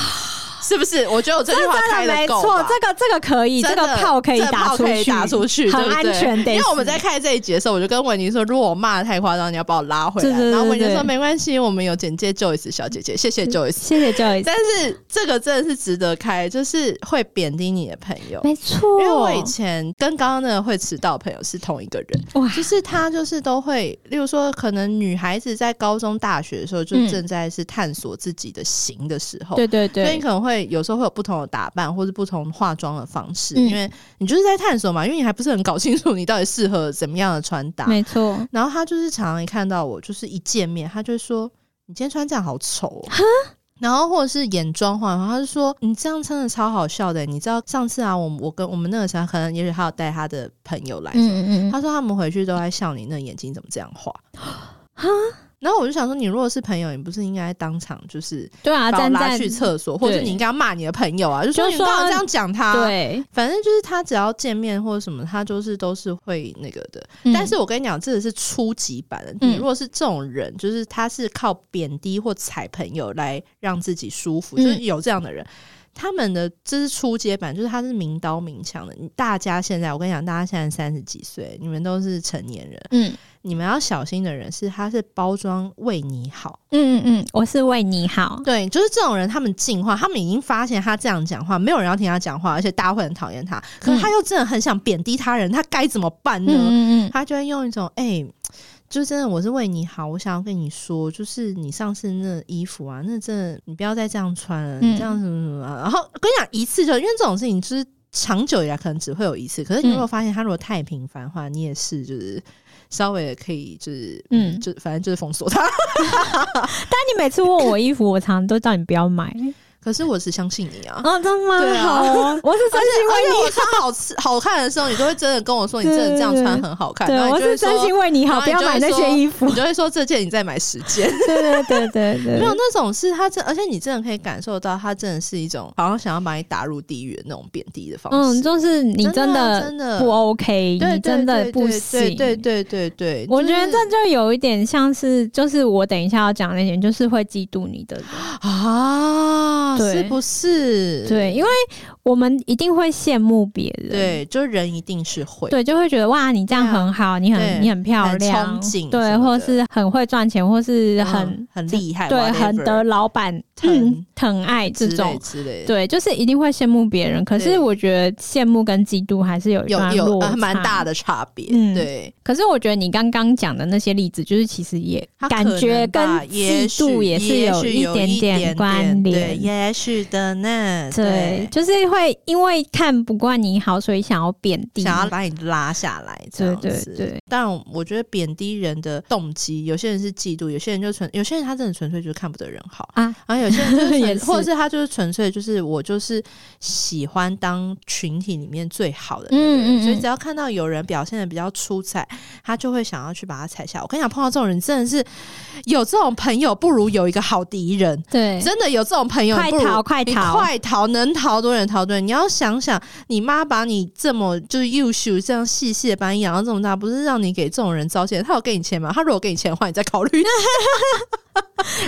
Speaker 1: 是不是？我觉得我这句话开的
Speaker 2: 没
Speaker 1: 够
Speaker 2: 错
Speaker 1: 吧，。
Speaker 2: 这个这个可以，这
Speaker 1: 真
Speaker 2: 个
Speaker 1: 的
Speaker 2: 炮可以
Speaker 1: 这个
Speaker 2: 打
Speaker 1: 炮
Speaker 2: 出
Speaker 1: 可以
Speaker 2: 去，
Speaker 1: 打出去，
Speaker 2: 很
Speaker 1: 对不
Speaker 2: 安
Speaker 1: 对
Speaker 2: 全的。
Speaker 1: 因为我们在开这一集的时候，我就跟维尼说，如果我骂的太夸张，你要把我拉回来。
Speaker 2: 对对对
Speaker 1: 然后维尼就
Speaker 2: 对嗯
Speaker 1: 说没关系，我们有简介 Joyce 小姐姐，谢谢 Joyce。
Speaker 2: 谢谢 Joyce，
Speaker 1: 但是这个真的是值得开，就是会贬低你的朋友。
Speaker 2: 没
Speaker 1: 因
Speaker 2: 错，
Speaker 1: 为我以前跟刚刚那个会迟到的朋友是同一个人，
Speaker 2: 哇，
Speaker 1: 就是他就是都会，例如说，可能女孩子在高中、大学的时候就
Speaker 2: 嗯
Speaker 1: 正在是探索自己的型的时候，
Speaker 2: 对对对，
Speaker 1: 所以你可能会有时候会有不同的打扮或是不同化妆的方式，
Speaker 2: 嗯
Speaker 1: 因为你就是在探索嘛，因为你还不是很搞清楚你到底适合怎么样的穿搭。
Speaker 2: 没错，
Speaker 1: 然后他就是常常一看到我，就是一见面，他就会说：“你今天穿这样好丑、哦。”然后或者是眼妆换，然后他就说：“你这样真的超好笑的、你知道上次啊，我我跟我们那个时候，可能也许他有带他的朋友来，
Speaker 2: 嗯嗯嗯，
Speaker 1: 他说他们回去都在笑你那眼睛怎么这样画。”
Speaker 2: 哈
Speaker 1: 然后我就想说，你如果是朋友，你不是应该当场就是
Speaker 2: 对啊，
Speaker 1: 把我
Speaker 2: 站
Speaker 1: 拉
Speaker 2: 在
Speaker 1: 去厕所，或者
Speaker 2: 对
Speaker 1: 你应该骂你的朋友啊，就说
Speaker 2: 就
Speaker 1: 你
Speaker 2: 说
Speaker 1: 干嘛这样讲他？，啊
Speaker 2: 对，
Speaker 1: 反正就是他只要见面或者什么，他就是都是会那个的。
Speaker 2: 嗯
Speaker 1: 但是我跟你讲，这个是初级版的。
Speaker 2: 嗯
Speaker 1: 你如果是这种人，就是他是靠贬低或踩朋友来让自己舒服，
Speaker 2: 嗯
Speaker 1: 就是有这样的人。他们的这是初阶版，就是他是明刀明枪的。你大家现在，我跟你讲，大家现在三十几岁，你们都是成年人，
Speaker 2: 嗯
Speaker 1: 你们要小心的人是他是包装为你好。
Speaker 2: 嗯嗯嗯，我是为你好。
Speaker 1: 对，就是这种人，他们进化，他们已经发现他这样讲话，没有人要听他讲话，而且大家会很讨厌他。可是他又真的很想贬低他人，他该怎么办呢？
Speaker 2: 嗯嗯
Speaker 1: 他就会用一种哎、就真的我是为你好，我想要跟你说，就是你上次那衣服啊，那真的你不要再这样穿了，你这样什么什么、啊。然后跟你讲一次就，因为这种事情就是长久以来可能只会有一次，可是你有没有发现，他如果太频繁的话，你也是就是稍微可以就是
Speaker 2: 嗯
Speaker 1: 嗯，就反正就是封锁他。
Speaker 2: 那你每次问我衣服，我常常都叫你不要买。
Speaker 1: 可是我只相信你啊。
Speaker 2: 哦，真的吗？
Speaker 1: 对啊
Speaker 2: 好哦，我是
Speaker 1: 而
Speaker 2: 真
Speaker 1: 且
Speaker 2: 心
Speaker 1: 而且
Speaker 2: 为
Speaker 1: 我穿好吃 好看的时候，你就会真的跟我说，你真的这样穿很好看。
Speaker 2: 你，对
Speaker 1: 然后
Speaker 2: 我
Speaker 1: 你就是会
Speaker 2: 真
Speaker 1: 说，
Speaker 2: 心为你好，
Speaker 1: 然
Speaker 2: 不要
Speaker 1: 后你就会
Speaker 2: 买那
Speaker 1: 说
Speaker 2: 些衣服
Speaker 1: 你。就会说这件你再买十件。
Speaker 2: 对对对对对，
Speaker 1: 没有那种是他真，而且你真的可以感受到，他真的是一种好像想要把你打入地狱的那种贬低的方式。
Speaker 2: 嗯，就是你
Speaker 1: 真
Speaker 2: 真
Speaker 1: 的
Speaker 2: 的
Speaker 1: 真的
Speaker 2: 不 OK，
Speaker 1: 对
Speaker 2: 你真的
Speaker 1: 对
Speaker 2: 不
Speaker 1: 对
Speaker 2: 行。
Speaker 1: 对对对对对，
Speaker 2: 我觉得
Speaker 1: 就是
Speaker 2: 这就有一点像是，就是我等一下要讲那点，就是会嫉妒你的人。
Speaker 1: 啊，
Speaker 2: 对
Speaker 1: 是不是？
Speaker 2: 对，因为我们一定会羡慕别人，
Speaker 1: 对，就人一定是会，
Speaker 2: 对，就会觉得哇，你这样很好，你
Speaker 1: 对
Speaker 2: 很你很漂亮，
Speaker 1: 很憧憬
Speaker 2: 对，
Speaker 1: 什么
Speaker 2: 或
Speaker 1: 的
Speaker 2: 是很会赚钱，或是
Speaker 1: 嗯
Speaker 2: 很、
Speaker 1: 很厉害，
Speaker 2: 对，
Speaker 1: whatever
Speaker 2: 很得老板
Speaker 1: 疼
Speaker 2: 疼爱这
Speaker 1: 之类
Speaker 2: 种。
Speaker 1: 之类的。
Speaker 2: 对，就是一定会羡慕别人，可
Speaker 1: 对
Speaker 2: 是我觉得羡慕跟嫉妒还是有一
Speaker 1: 有
Speaker 2: 段
Speaker 1: 有
Speaker 2: 落
Speaker 1: 呃蛮大
Speaker 2: 的。
Speaker 1: 的差别，
Speaker 2: 嗯
Speaker 1: 对，
Speaker 2: 可是我觉得你刚刚讲的那些例子，就是其实也
Speaker 1: 他
Speaker 2: 感
Speaker 1: 可
Speaker 2: 觉
Speaker 1: 能
Speaker 2: 跟
Speaker 1: 吧也
Speaker 2: 嫉妒
Speaker 1: 许
Speaker 2: 也是
Speaker 1: 也
Speaker 2: 有
Speaker 1: 许有
Speaker 2: 点
Speaker 1: 点
Speaker 2: 关
Speaker 1: 对，
Speaker 2: 联。
Speaker 1: 也许的呢，
Speaker 2: 对，就是会因为看不惯你好，所以想要贬低。
Speaker 1: 想要把你拉下来，这样子。
Speaker 2: 对对对
Speaker 1: 当然，我觉得贬低人的动机，有些人是嫉妒，有些人就纯，有些人他真的纯粹就是看不得人好，
Speaker 2: 啊，
Speaker 1: 然后有些人 就是
Speaker 2: 也
Speaker 1: 纯，
Speaker 2: 是
Speaker 1: 或者是他就是纯粹就是我就是喜欢当群体里面最好的那个人，
Speaker 2: 嗯嗯嗯
Speaker 1: 所以只要看到有人表现的比较出彩，他就会想要去把他踩下。我跟你讲，碰到这种人真的是有这种朋友，不如有一个好敌人。
Speaker 2: 对，
Speaker 1: 真的有这种朋友，
Speaker 2: 快
Speaker 1: 不如
Speaker 2: 逃快
Speaker 1: 你
Speaker 2: 逃
Speaker 1: 快逃！能逃多远逃多远。你要想想，你妈把你这么就是优秀，这样细细的把你养到这么大，不是让你给这种人糟践。他有给你钱吗？他如果给你钱的话，你再考虑。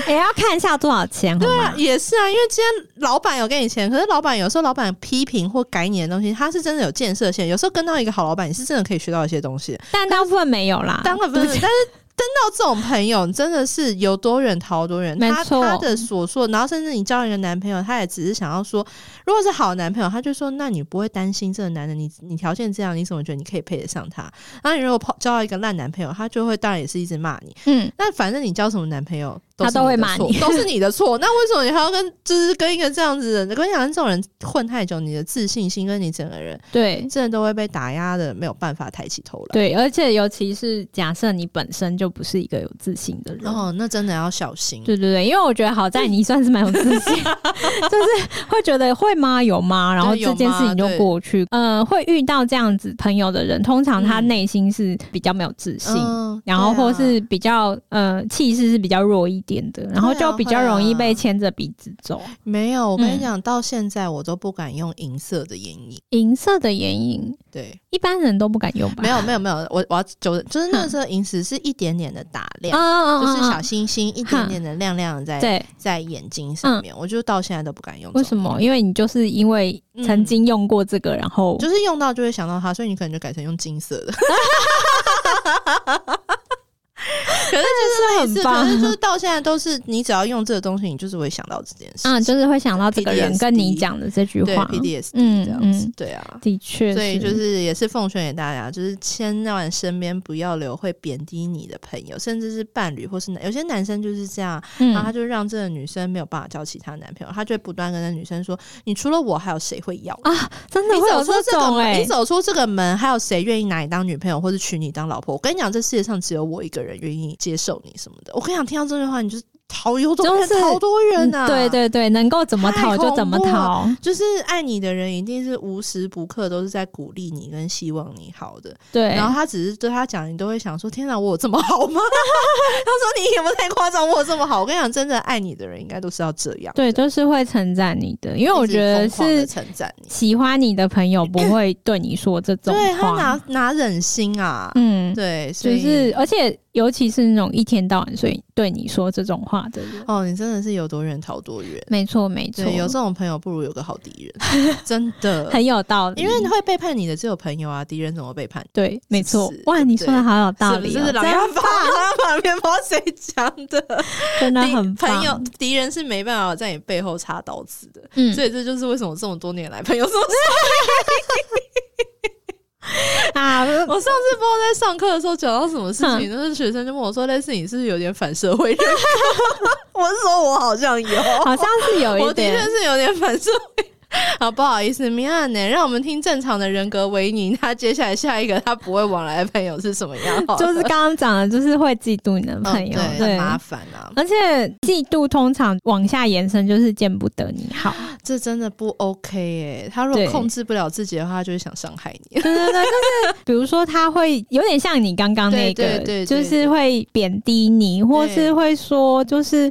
Speaker 2: 也要看一下多少钱，好
Speaker 1: 对
Speaker 2: 吗
Speaker 1: 啊，也是啊，因为今天老板有给你钱，可是老板有时候老板批评或改你的东西，他是真的有建设性。有时候跟到一个好老板，你是真的可以学到一些东西。
Speaker 2: 但大部分没有啦，
Speaker 1: 当然不是，
Speaker 2: 对
Speaker 1: 但是。跟到这种朋友，你真的是有多远逃多远。
Speaker 2: 没
Speaker 1: 他
Speaker 2: 错
Speaker 1: 他的所说，然后甚至你交一个男朋友，他也只是想要说，如果是好男朋友，他就说，那你不会担心这个男的，你你条件这样，你怎么觉得你可以配得上他？然后你如果跑交到一个烂男朋友，他就会当然也是一直骂你。
Speaker 2: 嗯，
Speaker 1: 那反正你交什么男朋友，
Speaker 2: 他
Speaker 1: 是
Speaker 2: 都会
Speaker 1: 你的
Speaker 2: 骂
Speaker 1: 错
Speaker 2: 你
Speaker 1: 都是你的错。那为什么你还要跟就是跟一个这样子的人？跟你讲，这种人混太久，你的自信心跟你整个人
Speaker 2: 对
Speaker 1: 真的都会被打压的，没有办法抬起头来。
Speaker 2: 对，而且尤其是假设你本身就不是一个有自信的人。
Speaker 1: 哦，那真的要小心。
Speaker 2: 对对对，因为我觉得好在你算是蛮有自信， 就是会觉得会吗？有吗？然后
Speaker 1: 对有
Speaker 2: 这件事
Speaker 1: 吗
Speaker 2: 情就
Speaker 1: 对
Speaker 2: 过去。嗯、会遇到这样子朋友的人，通常他
Speaker 1: 嗯
Speaker 2: 内心是比较没有自信，
Speaker 1: 嗯
Speaker 2: 然后
Speaker 1: 对
Speaker 2: 或
Speaker 1: 啊
Speaker 2: 是比较呃气势是比较弱一点的，然后
Speaker 1: 会啊
Speaker 2: 就比较容易
Speaker 1: 会
Speaker 2: 被
Speaker 1: 啊
Speaker 2: 牵着鼻子走。
Speaker 1: 没有，我跟
Speaker 2: 嗯
Speaker 1: 你讲，到现在我都不敢用银色的眼影。
Speaker 2: 银色的眼影，
Speaker 1: 对，
Speaker 2: 一般人都不敢用吧？
Speaker 1: 没有没有没有，我我要纠正，就是那时候银石是一点点的打
Speaker 2: 啊
Speaker 1: 亮，
Speaker 2: 啊啊
Speaker 1: 就是
Speaker 2: 啊
Speaker 1: 小星星一点点的亮亮地在
Speaker 2: 对，嗯
Speaker 1: 在眼睛上面，我就到现在都不敢用。
Speaker 2: 为什？么？因为你就是因为曾经用过这个，然后
Speaker 1: 嗯就是用到就会想到它，所以你可能就改成用金色的。 可是就是类
Speaker 2: 很
Speaker 1: 似，
Speaker 2: 棒
Speaker 1: 可是 就是到现在都是，你只要用这个东西，你就是会想到这件事。
Speaker 2: 啊，就是会想到这个人
Speaker 1: PTSD
Speaker 2: 跟你讲的这句
Speaker 1: 对
Speaker 2: 话。嗯
Speaker 1: PDSD 这样子
Speaker 2: 嗯，
Speaker 1: 对啊。
Speaker 2: 的确，
Speaker 1: 所以就是也是奉劝给大家，就是千万身边不要留会贬低你的朋友，甚至是伴侣，或是男有些男生就是这样，然后他
Speaker 2: 嗯，
Speaker 1: 就让这个女生没有办法交其他男朋友，他就会不断跟那女生说：“你除了我还有谁会要我？
Speaker 2: 啊真的
Speaker 1: 你
Speaker 2: 会有
Speaker 1: 走出
Speaker 2: 这
Speaker 1: 个
Speaker 2: 种
Speaker 1: 门，
Speaker 2: 哎
Speaker 1: 你，走出这个门，还有谁愿意拿你当女朋友或者娶你当老婆？我跟你讲，这世界上只有我一个人愿意接受你什么的。我跟你讲，听到这句话，你就是逃有多远
Speaker 2: 就是
Speaker 1: 逃多
Speaker 2: 嗯
Speaker 1: 远啊！
Speaker 2: 对。对对，能够怎么
Speaker 1: 太
Speaker 2: 逃就怎么
Speaker 1: 恐怖了
Speaker 2: 逃，
Speaker 1: 就是爱你的人，一定是无时不刻都是在鼓励你跟希望你好的。
Speaker 2: 对，
Speaker 1: 然后他只是对他讲，你都会想说：“天哪，我有这么好吗？” 他说：“你有没有太夸张？我有这么好？”我跟你讲，真的爱你的人应该都是要这样，
Speaker 2: 对，就是会称赞你的，因为
Speaker 1: 一
Speaker 2: 我
Speaker 1: 直
Speaker 2: 觉得
Speaker 1: 疯狂地
Speaker 2: 是
Speaker 1: 称赞你。
Speaker 2: 喜欢你的朋友不会对你说这种
Speaker 1: 对
Speaker 2: 话，
Speaker 1: 他哪哪忍心啊？
Speaker 2: 嗯嗯，
Speaker 1: 对，所
Speaker 2: 就
Speaker 1: 以
Speaker 2: 是而且尤其是那种一天到晚所以对你说这种话的人，
Speaker 1: 哦，你真的是有多远逃多远。
Speaker 2: 没错没错，
Speaker 1: 对，有这种朋友不如有个好敌 人，真的。
Speaker 2: 很有道理，
Speaker 1: 因为会背叛你的只有朋友啊，敌人怎么背叛？
Speaker 2: 对，没错
Speaker 1: 是，
Speaker 2: 哇，你
Speaker 1: 对
Speaker 2: 说的好有道理、
Speaker 1: 是
Speaker 2: 哦，
Speaker 1: 不是？
Speaker 2: 真
Speaker 1: 琅琊 榜，琅琊榜面包谁讲的？
Speaker 2: 真的
Speaker 1: 敌
Speaker 2: 很棒
Speaker 1: 朋友，敌人是没办法在你背后插刀子的，
Speaker 2: 嗯，
Speaker 1: 所以这就是为什么这么多年来朋友说，
Speaker 2: 啊，
Speaker 1: 我上次不知道在上课的时候讲到什么事
Speaker 2: 嗯
Speaker 1: 情，那个学生就问我说：“类似你是不是有点反社会人格？”我是说我好像有，
Speaker 2: 好像是有
Speaker 1: 我
Speaker 2: 一
Speaker 1: 的确
Speaker 2: 点，
Speaker 1: 是有点反社会。 好，不好意思，米娅呢？让我们听正常的人格维尼，他接下来下一个他不会往来的朋友是什么样？好了
Speaker 2: 就是刚刚讲的，就是会嫉妒你的朋友，
Speaker 1: 嗯对，
Speaker 2: 对
Speaker 1: 很。麻烦啊，
Speaker 2: 而且嫉妒通常往下延伸就是见不得你好，
Speaker 1: 这真的不 OK 哎、他如果
Speaker 2: 对
Speaker 1: 控制不了自己的话，他就会想伤害你。
Speaker 2: 对对对，就是 比如说他会有点像你刚刚那个，
Speaker 1: 对对对对
Speaker 2: 就是会贬低你，或是会说就是。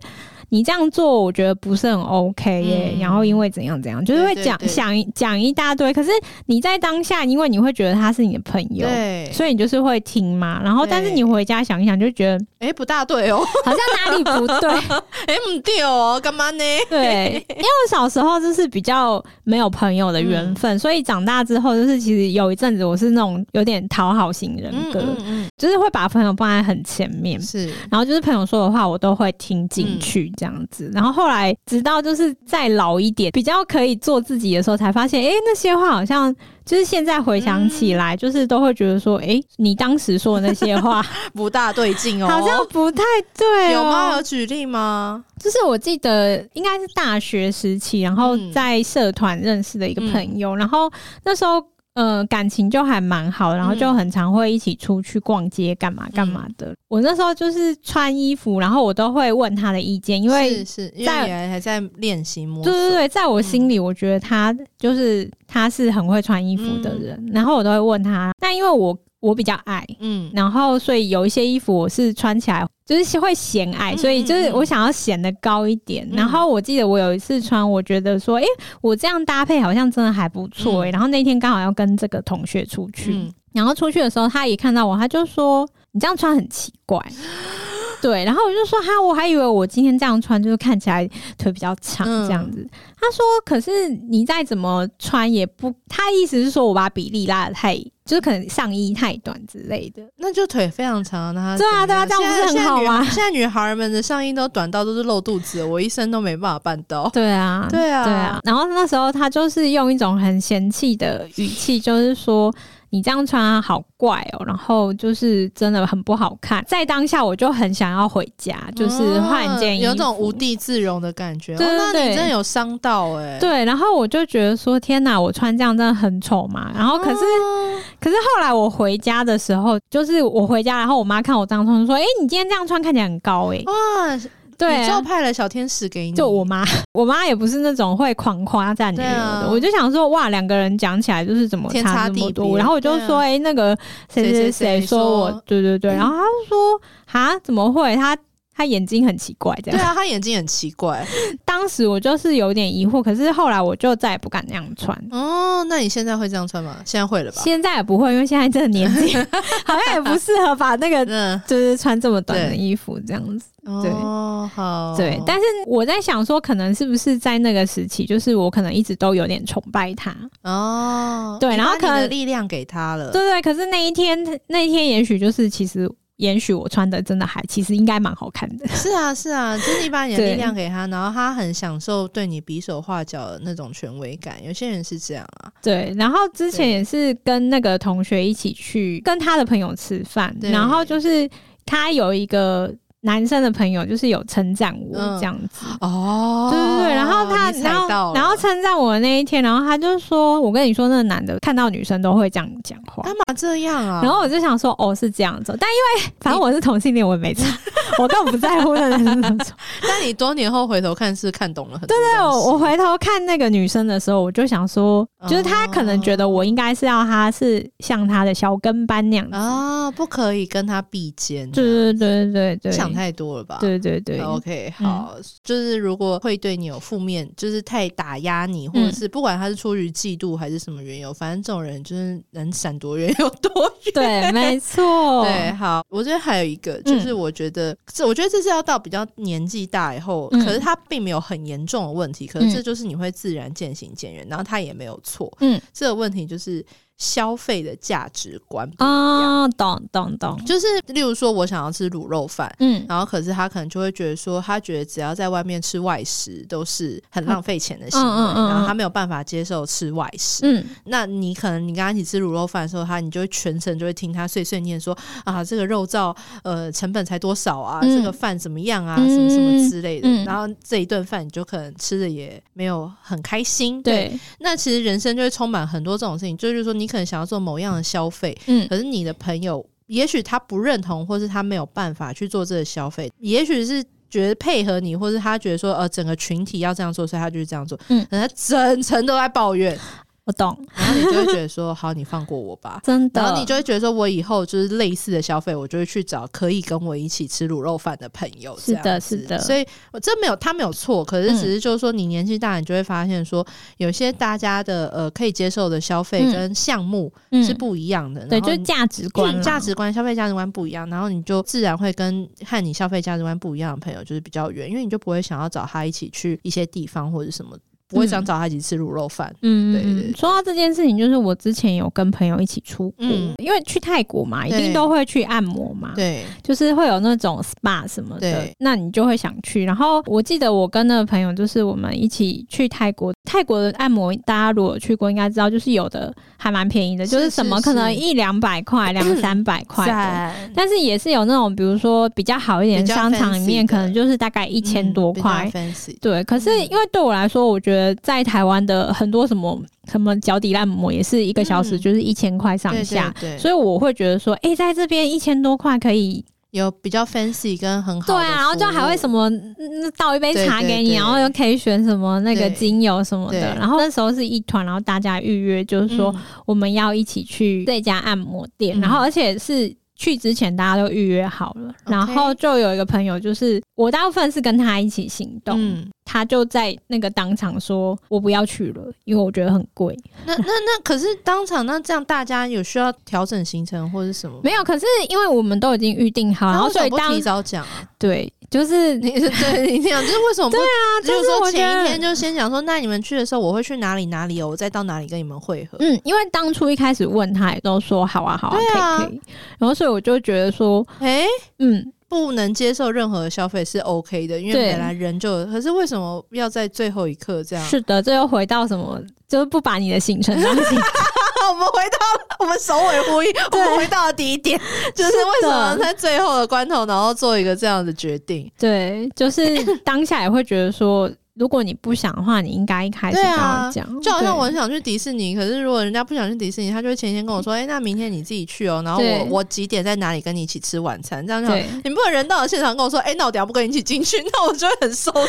Speaker 2: 你这样做，我觉得不是很 OK 耶、
Speaker 1: 嗯
Speaker 2: 然后因为怎样怎样，就是会讲
Speaker 1: 对对对
Speaker 2: 想一讲一大堆。可是你在当下，因为你会觉得他是你的朋友，
Speaker 1: 对，
Speaker 2: 所以你就是会听嘛。然后，
Speaker 1: 对
Speaker 2: 但是你回家想一想，就觉得
Speaker 1: 哎、不大对哦，
Speaker 2: 好像哪里不对。
Speaker 1: 哎、不对哦，干嘛呢？
Speaker 2: 对，因为我小时候就是比较没有朋友的缘
Speaker 1: 嗯
Speaker 2: 分，所以长大之后就是其实有一阵子我是那种有点讨好型人格，
Speaker 1: 嗯
Speaker 2: 就是会把朋友放在很前面
Speaker 1: 嗯，。是
Speaker 2: 然后就是朋友说的话，我都会听进去这样子。然后后来直到就是再老一点，比较可以做自己的时候，才发现，哎、那些话好像就是现在回想起来，就是都会觉得说，哎、你当时说的那些话
Speaker 1: 不大对劲 哦，
Speaker 2: 好像不太对、
Speaker 1: 有 吗？
Speaker 2: 哦。
Speaker 1: 有举例吗？
Speaker 2: 就是我记得应该是大学时期，然后
Speaker 1: 嗯
Speaker 2: 在社团认识的一个朋友，然后那时候呃感情就还蛮好的，然后就很常会一起出去逛街干
Speaker 1: 嗯
Speaker 2: 嘛干嘛的。我那时候就是穿衣服，然后我都会问他的意见，因为
Speaker 1: 是是，因为
Speaker 2: 在
Speaker 1: 你还还在练习嗯摸
Speaker 2: 对
Speaker 1: 索，
Speaker 2: 对对，在我心里，我觉得他就是他是很会穿衣服的人，然后我都会问他。但因为我我比较矮，
Speaker 1: 嗯，
Speaker 2: 然后所以有一些衣服我是穿起来就是会显矮，
Speaker 1: 嗯
Speaker 2: 所以就是我想要显得高一点。
Speaker 1: 嗯
Speaker 2: 然后我记得我有一次穿，我觉得说，诶，我这样搭配好像真的还不错、诶。
Speaker 1: 嗯
Speaker 2: 然后那天刚好要跟这个同学出去，
Speaker 1: 嗯
Speaker 2: 然后出去的时候他也看到我，他就说你这样穿很奇怪。 对，然后我就说哈，我还以为我今天这样穿就是看起来腿比较长
Speaker 1: 嗯
Speaker 2: 这样子。他说，可是你再怎么穿也不，他意思是说我把比例拉的太，就是可能上衣太短之类的。
Speaker 1: 那就腿非常长，那他
Speaker 2: 对啊
Speaker 1: 怎么样
Speaker 2: 对啊这样不是
Speaker 1: 现
Speaker 2: 很
Speaker 1: 在
Speaker 2: 好吗
Speaker 1: 现在女现在女孩们的上衣都短到都是露肚子，我一生都没办法办到。
Speaker 2: 对啊，
Speaker 1: 对啊，
Speaker 2: 对啊。然后那时候他就是用一种很嫌弃的语气，就是说你这样穿啊好怪哦、然后就是真的很不好看。在当下我就很想要回家，就是换一件
Speaker 1: 嗯
Speaker 2: 衣服，
Speaker 1: 有种无地自容的感觉。
Speaker 2: 对对
Speaker 1: 哦，那你
Speaker 2: 对
Speaker 1: 真的有伤到哎、
Speaker 2: 对，然后我就觉得说，天哪，我穿这样真的很丑嘛。然后可是，
Speaker 1: 哦
Speaker 2: 可是后来我回家的时候，就是我回家，然后我妈看我这样穿，就说：“哎、你今天这样穿看起来很高哎、
Speaker 1: 哇，
Speaker 2: 对
Speaker 1: 你
Speaker 2: 啊、
Speaker 1: 就派了小天使给你，
Speaker 2: 就我妈， 我妈也不是那种会狂夸赞女儿的，
Speaker 1: 嗯对啊
Speaker 2: 我就想说，哇，两个人讲起来就是怎么
Speaker 1: 天
Speaker 2: 差
Speaker 1: 差
Speaker 2: 这么
Speaker 1: 地
Speaker 2: 多，
Speaker 1: 别
Speaker 2: 然后我就
Speaker 1: 对啊
Speaker 2: 说，哎、那个谁
Speaker 1: 谁
Speaker 2: 谁
Speaker 1: 谁
Speaker 2: 谁
Speaker 1: 谁
Speaker 2: 说我
Speaker 1: 说，
Speaker 2: 对对 对，然后他就说，哈，怎么会？他他眼睛很奇怪，这
Speaker 1: 对
Speaker 2: 样。
Speaker 1: 啊，他眼睛很奇怪
Speaker 2: 当时我就是有点疑惑，可是后来我就再也不敢那样穿。
Speaker 1: 哦。那你现在会这样穿吗？现在会了吧？
Speaker 2: 现在也不会，因为现在这个年 纪好像也不适合把那个
Speaker 1: 嗯，
Speaker 2: 就是穿这么短的
Speaker 1: 对
Speaker 2: 衣服这样子。对
Speaker 1: 哦，好，
Speaker 2: 对，但是我在想说，可能是不是在那个时期，就是我可能一直都有点崇拜他。
Speaker 1: 哦，
Speaker 2: 对
Speaker 1: 你
Speaker 2: 然后
Speaker 1: 把
Speaker 2: 可
Speaker 1: 你的
Speaker 2: 能
Speaker 1: 力量给他了，
Speaker 2: 对对，可是那一天那一天，也许就是其实。也许我穿的真的还其实应该蛮好看 的，
Speaker 1: 是啊，是啊，就是你把你的
Speaker 2: 对
Speaker 1: 力量给他，然后他很享受对你比手画脚的那种权威感。有些人是这样啊，
Speaker 2: 对。然后之前
Speaker 1: 对
Speaker 2: 也是跟那个同学一起去跟他的朋友吃饭，
Speaker 1: 对
Speaker 2: 然后就是他有一个男生的朋友，就是有称赞我
Speaker 1: 嗯
Speaker 2: 这样子，
Speaker 1: 哦
Speaker 2: 对对对，然后他，
Speaker 1: 你踩
Speaker 2: 然
Speaker 1: 到
Speaker 2: 后
Speaker 1: 了
Speaker 2: 然后称赞我的那一天，然后他就说：“我跟你说，那个男的看到女生都会这样讲话。
Speaker 1: 干嘛这样啊？
Speaker 2: 然后我就想说：“哦，是这样子。”但因为反正我是同性恋，我也没 差，我根本不在乎那男生怎么说。
Speaker 1: 但你多年后回头看是看懂了很多
Speaker 2: 对
Speaker 1: 东西。
Speaker 2: 哦我我回头看那个女生的时候，我就想说，
Speaker 1: 哦
Speaker 2: 就是他可能觉得我应该是要他是像他的小跟班那样子。
Speaker 1: 哦啊、不可以跟他比肩啊、
Speaker 2: 对对对对对，
Speaker 1: 想太多了吧？
Speaker 2: 对对对，嗯
Speaker 1: OK，好，就是如果会对你有负面，就是太打压你，
Speaker 2: 嗯
Speaker 1: 或者是不管他是出于嫉妒还是什么缘由，反正这种人就是能闪多远有 多远。
Speaker 2: 对，没错，
Speaker 1: 对，好，我觉得还有一个就是，
Speaker 2: 嗯
Speaker 1: 我觉得这、我觉得这是要到比较年纪大以后，
Speaker 2: 嗯
Speaker 1: 可是他并没有很严重的问题，可是这就是你会自然渐行渐远，然后他也没有错。
Speaker 2: 嗯
Speaker 1: 这个问题就是消费的价值观不一样，
Speaker 2: 啊，懂懂懂，
Speaker 1: 就是例如说我想要吃卤肉饭，
Speaker 2: 嗯，
Speaker 1: 然后可是他可能就会觉得说，他觉得只要在外面吃外食都是很浪费钱的行为，
Speaker 2: 嗯嗯嗯嗯
Speaker 1: 然后他没有办法接受吃外食。
Speaker 2: 嗯，
Speaker 1: 那你可能你跟他一起吃卤肉饭的时候，他你就会全程就会听他碎碎念说啊，这个肉燥呃成本才多少啊，
Speaker 2: 嗯
Speaker 1: 这个饭怎么样啊，
Speaker 2: 嗯
Speaker 1: 什么什么之类的。
Speaker 2: 嗯
Speaker 1: 然后这一顿饭你就可能吃的也没有很开心。，
Speaker 2: 对，
Speaker 1: 那其实人生就会充满很多这种事情，就是说你可能想要做某样的消费，
Speaker 2: 嗯
Speaker 1: 可是你的朋友，也许他不认同，或是他没有办法去做这个消费，也许是觉得配合你，或是他觉得说，呃，整个群体要这样做，所以他就是这样做。
Speaker 2: 嗯
Speaker 1: 可是他整层都在抱怨，
Speaker 2: 我懂，
Speaker 1: 然后你就会觉得说，好，你放过我吧。
Speaker 2: 真的，
Speaker 1: 然后你就会觉得说，我以后就是类似的消费，我就会去找可以跟我一起吃卤肉饭的朋友。
Speaker 2: 是的
Speaker 1: 这样子
Speaker 2: 是的
Speaker 1: 所以我这没有他没有错，可是
Speaker 2: 嗯
Speaker 1: 只是就是说，你年纪大，你就会发现说，有些大家的呃可以接受的消费
Speaker 2: 嗯
Speaker 1: 跟项目
Speaker 2: 嗯
Speaker 1: 是不一样的。
Speaker 2: 对，
Speaker 1: 然后
Speaker 2: 就
Speaker 1: 你
Speaker 2: 价值
Speaker 1: 因为
Speaker 2: 观
Speaker 1: 你
Speaker 2: 啦，
Speaker 1: 价值观、消费价值观不一样，然后你就自然会跟和你消费价值观不一样的朋友就是比较远，因为你就不会想要找他一起去一些地方或者什么，不会想找他一起吃卤肉饭。
Speaker 2: 嗯，
Speaker 1: 对
Speaker 2: 嗯
Speaker 1: 对
Speaker 2: 嗯说到这件事情，就是我之前有跟朋友一起出国，
Speaker 1: 嗯
Speaker 2: 因为去泰国嘛，一
Speaker 1: 对
Speaker 2: 定都会去按摩嘛，，
Speaker 1: 对，
Speaker 2: 就是会有那种 SPA 什么的
Speaker 1: 对，
Speaker 2: 那你就会想去。然后我记得我跟那个朋友，就是我们一起去泰国，泰国的按摩大家如果有去过，应该知道，就是有的还蛮便宜的，就是是什么可能
Speaker 1: 是
Speaker 2: 一两百块、两三百块的。
Speaker 1: 赞
Speaker 2: 但是也是有那种，比如说比较好一点，
Speaker 1: 比较
Speaker 2: 商场里
Speaker 1: fancy
Speaker 2: 面
Speaker 1: 的
Speaker 2: 可能就是大概一千多块，
Speaker 1: 嗯比较 fancy 嗯
Speaker 2: 对，可是因为对我来说，我觉得在台湾的很多什么什么脚底按摩也是一个小时
Speaker 1: 嗯
Speaker 2: 就是一千块上
Speaker 1: 对
Speaker 2: 下，
Speaker 1: 对对
Speaker 2: 所以我会觉得说，哎、在这边一千多块可以，
Speaker 1: 有比较 fancy 跟很好
Speaker 2: 对
Speaker 1: 的
Speaker 2: 啊，然后就还会
Speaker 1: 么
Speaker 2: 什么嗯倒一杯茶
Speaker 1: 对对
Speaker 2: 给你，
Speaker 1: 对
Speaker 2: 然后又可以选什么那个
Speaker 1: 对
Speaker 2: 精油什么的，
Speaker 1: 对
Speaker 2: 然后那时候是一团，然后大家预约就是说我们要一起去这家按摩店，
Speaker 1: 嗯
Speaker 2: 然后而且是去之前大家都预约好了，
Speaker 1: OK
Speaker 2: 然后就有一个朋友，就是我大部分是跟他一起行动，
Speaker 1: 嗯，
Speaker 2: 他就在那个当场说：“我不要去了，因为我觉得很贵。
Speaker 1: 那那那可是当场那这样大家有需要调整行程或者什么”吗？
Speaker 2: 没有，可是因为我们都已经预定好，然后
Speaker 1: 为什
Speaker 2: 所
Speaker 1: 么
Speaker 2: 以
Speaker 1: 不
Speaker 2: 当
Speaker 1: 提早讲啊？
Speaker 2: 对，就是
Speaker 1: 你对你这样，就是为什么不
Speaker 2: 啊就
Speaker 1: 就是
Speaker 2: 是
Speaker 1: 说
Speaker 2: 我觉
Speaker 1: 前一天
Speaker 2: 得。
Speaker 1: 就先讲说，那你们去的时候我会去哪里哪里哦，我再到哪里跟你们会合。
Speaker 2: 嗯，因为当初一开始问他也都说好啊好啊，
Speaker 1: 对啊
Speaker 2: 可以可以，然后所以我就觉得说，
Speaker 1: 哎、
Speaker 2: 嗯，
Speaker 1: 不能接受任何的消费是 OK 的，因为
Speaker 2: 对
Speaker 1: 本来人就有，可是为什么要在最后一刻这样？
Speaker 2: 是的，这又回到什么，就是不把你的行程当行
Speaker 1: 我们回到了我们首尾呼应，我们回到了第一点，就是
Speaker 2: 是的
Speaker 1: 为什么在最后的关头，然后做一个这样的决定？
Speaker 2: 对，就是当下也会觉得说，如果你不想的话，你应该一开始就
Speaker 1: 对啊
Speaker 2: 要讲，
Speaker 1: 就好像
Speaker 2: 对
Speaker 1: 我很想去迪士尼，可是如果人家不想去迪士尼，他就会前一天跟我说：“哎、那明天你自己去哦。”然后
Speaker 2: 对
Speaker 1: 我我几点在哪里跟你一起吃晚餐？这样就好
Speaker 2: 对。
Speaker 1: 你不能人到了现场跟我说：“哎、那我等一下不跟你一起进去，那我就会很受伤。”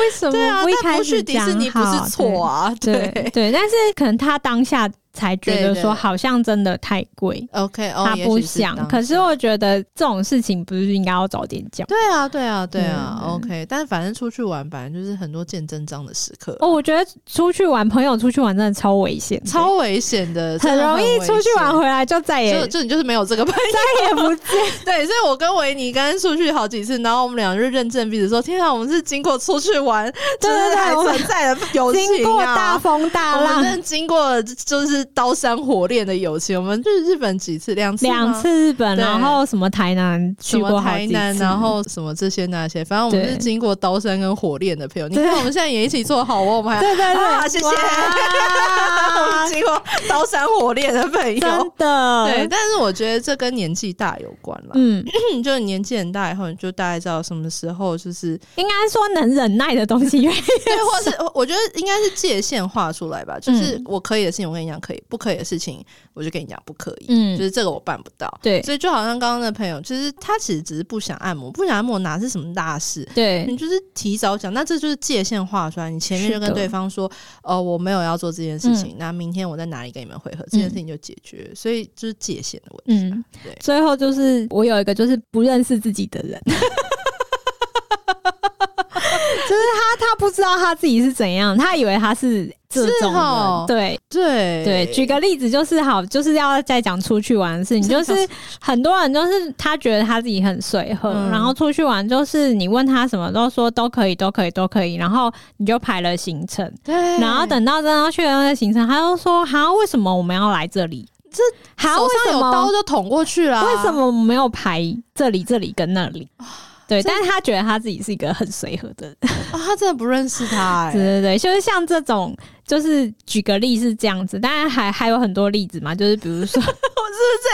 Speaker 2: 为什么
Speaker 1: 对 啊，
Speaker 2: 不一
Speaker 1: 但
Speaker 2: 开
Speaker 1: 不
Speaker 2: 始
Speaker 1: 去迪士
Speaker 2: 讲
Speaker 1: 尼不
Speaker 2: 好
Speaker 1: 是错啊，
Speaker 2: 对
Speaker 1: 对。
Speaker 2: 对，但是可能他当下才觉
Speaker 1: 对
Speaker 2: 得
Speaker 1: 对
Speaker 2: 说好像真的太贵，
Speaker 1: OK，哦，
Speaker 2: 他
Speaker 1: 也
Speaker 2: 不
Speaker 1: 许
Speaker 2: 想。
Speaker 1: 当
Speaker 2: 可
Speaker 1: 时
Speaker 2: 是我觉得这种事情不是应该要早点讲。
Speaker 1: 对啊，对啊，对啊、
Speaker 2: 嗯
Speaker 1: o k 但反正出去玩，本来就是很多见真章的时刻，
Speaker 2: 哦，我觉得出去玩，朋友出去玩真的超危险的，
Speaker 1: 超危险的，真
Speaker 2: 很
Speaker 1: 的
Speaker 2: 容易
Speaker 1: 危
Speaker 2: 出去玩
Speaker 1: 险
Speaker 2: 回来就再也
Speaker 1: 就就你就是没有这个朋友，
Speaker 2: 再也不见。
Speaker 1: 对，所以我跟维尼刚刚出去好几次，然后我们俩就认证彼此说：“天啊，我们是经过出去玩，
Speaker 2: 对
Speaker 1: 就是
Speaker 2: 对
Speaker 1: 还
Speaker 2: 我们
Speaker 1: 存在的友情啊，
Speaker 2: 经过大风大
Speaker 1: 我们真
Speaker 2: 浪
Speaker 1: 的经过就是刀山火炼的友情。我们去日本几次，两次吗，
Speaker 2: 两次日本，
Speaker 1: 对
Speaker 2: 然后什么台南
Speaker 1: 什
Speaker 2: 去
Speaker 1: 么
Speaker 2: 过好
Speaker 1: 台
Speaker 2: 几次，
Speaker 1: 南，然后什么这些那些，反正我们
Speaker 2: 对
Speaker 1: 是经过刀山跟火炼的朋友。你
Speaker 2: 对
Speaker 1: 看我们现在也一起做好哦，我们还
Speaker 2: 对对对，
Speaker 1: 啊谢谢 我
Speaker 2: 哇
Speaker 1: 们经过刀山火炼的朋
Speaker 2: 真
Speaker 1: 友。
Speaker 2: 的
Speaker 1: 对，，但是我觉得这跟年纪大有关了。
Speaker 2: 嗯，
Speaker 1: 嗯，就是年纪很大以后，你就大概知道什么时候 就是
Speaker 2: 应该说能忍耐的东西越来越
Speaker 1: 哦
Speaker 2: 嗯
Speaker 1: 对，或是我我觉得应该是界限画出来吧。就是我可以的事情，我跟你讲，可以，不可以的事情我就跟你讲不可以，
Speaker 2: 嗯
Speaker 1: 就是这个我办不到。
Speaker 2: 对
Speaker 1: 所以就好像刚刚的朋友，其实他其实只是不想按摩，不想按摩哪是什么大事？
Speaker 2: 对
Speaker 1: 你就是提早讲，那这就是界限画出来。你前面
Speaker 2: 是
Speaker 1: 就跟
Speaker 2: 的嗯
Speaker 1: 对方说，呃，我没有要做这件事情，那明天我在哪里跟你们会合，这件事情就解决。所以就是界限的问题啊、
Speaker 2: 嗯
Speaker 1: 对，
Speaker 2: 最后就是我有一个就是不认识自己的人， 就是他他不知道他自己是怎样，他以为他是这种
Speaker 1: 是
Speaker 2: 人，
Speaker 1: 哦
Speaker 2: 对
Speaker 1: 对
Speaker 2: 对。举个例子就是好，就是要再讲出去玩的 事情，
Speaker 1: 这
Speaker 2: 就
Speaker 1: 个
Speaker 2: 是很多人就是他觉得他自己很随和，
Speaker 1: 嗯
Speaker 2: 然后出去玩就是你问他什么都说都可以，都可以，都可以，然后你就排了行程。
Speaker 1: 对，
Speaker 2: 然后等到真的要去的那个行程，他就说：“哈，为什么我们要来这里？
Speaker 1: 这
Speaker 2: 哈，
Speaker 1: 手
Speaker 2: 为
Speaker 1: 上
Speaker 2: 什
Speaker 1: 有刀
Speaker 2: 么？
Speaker 1: 就捅过去啦。
Speaker 2: 为什？么没有排这里、这里跟那里？”对，但是他觉得他自己是一个很随和的人，
Speaker 1: 啊、他真的不认识他、
Speaker 2: 对
Speaker 1: 欸。
Speaker 2: 对对，就是像这种，就是举个例是这样子，当然还还有很多例子嘛，就是比如说
Speaker 1: 我是不是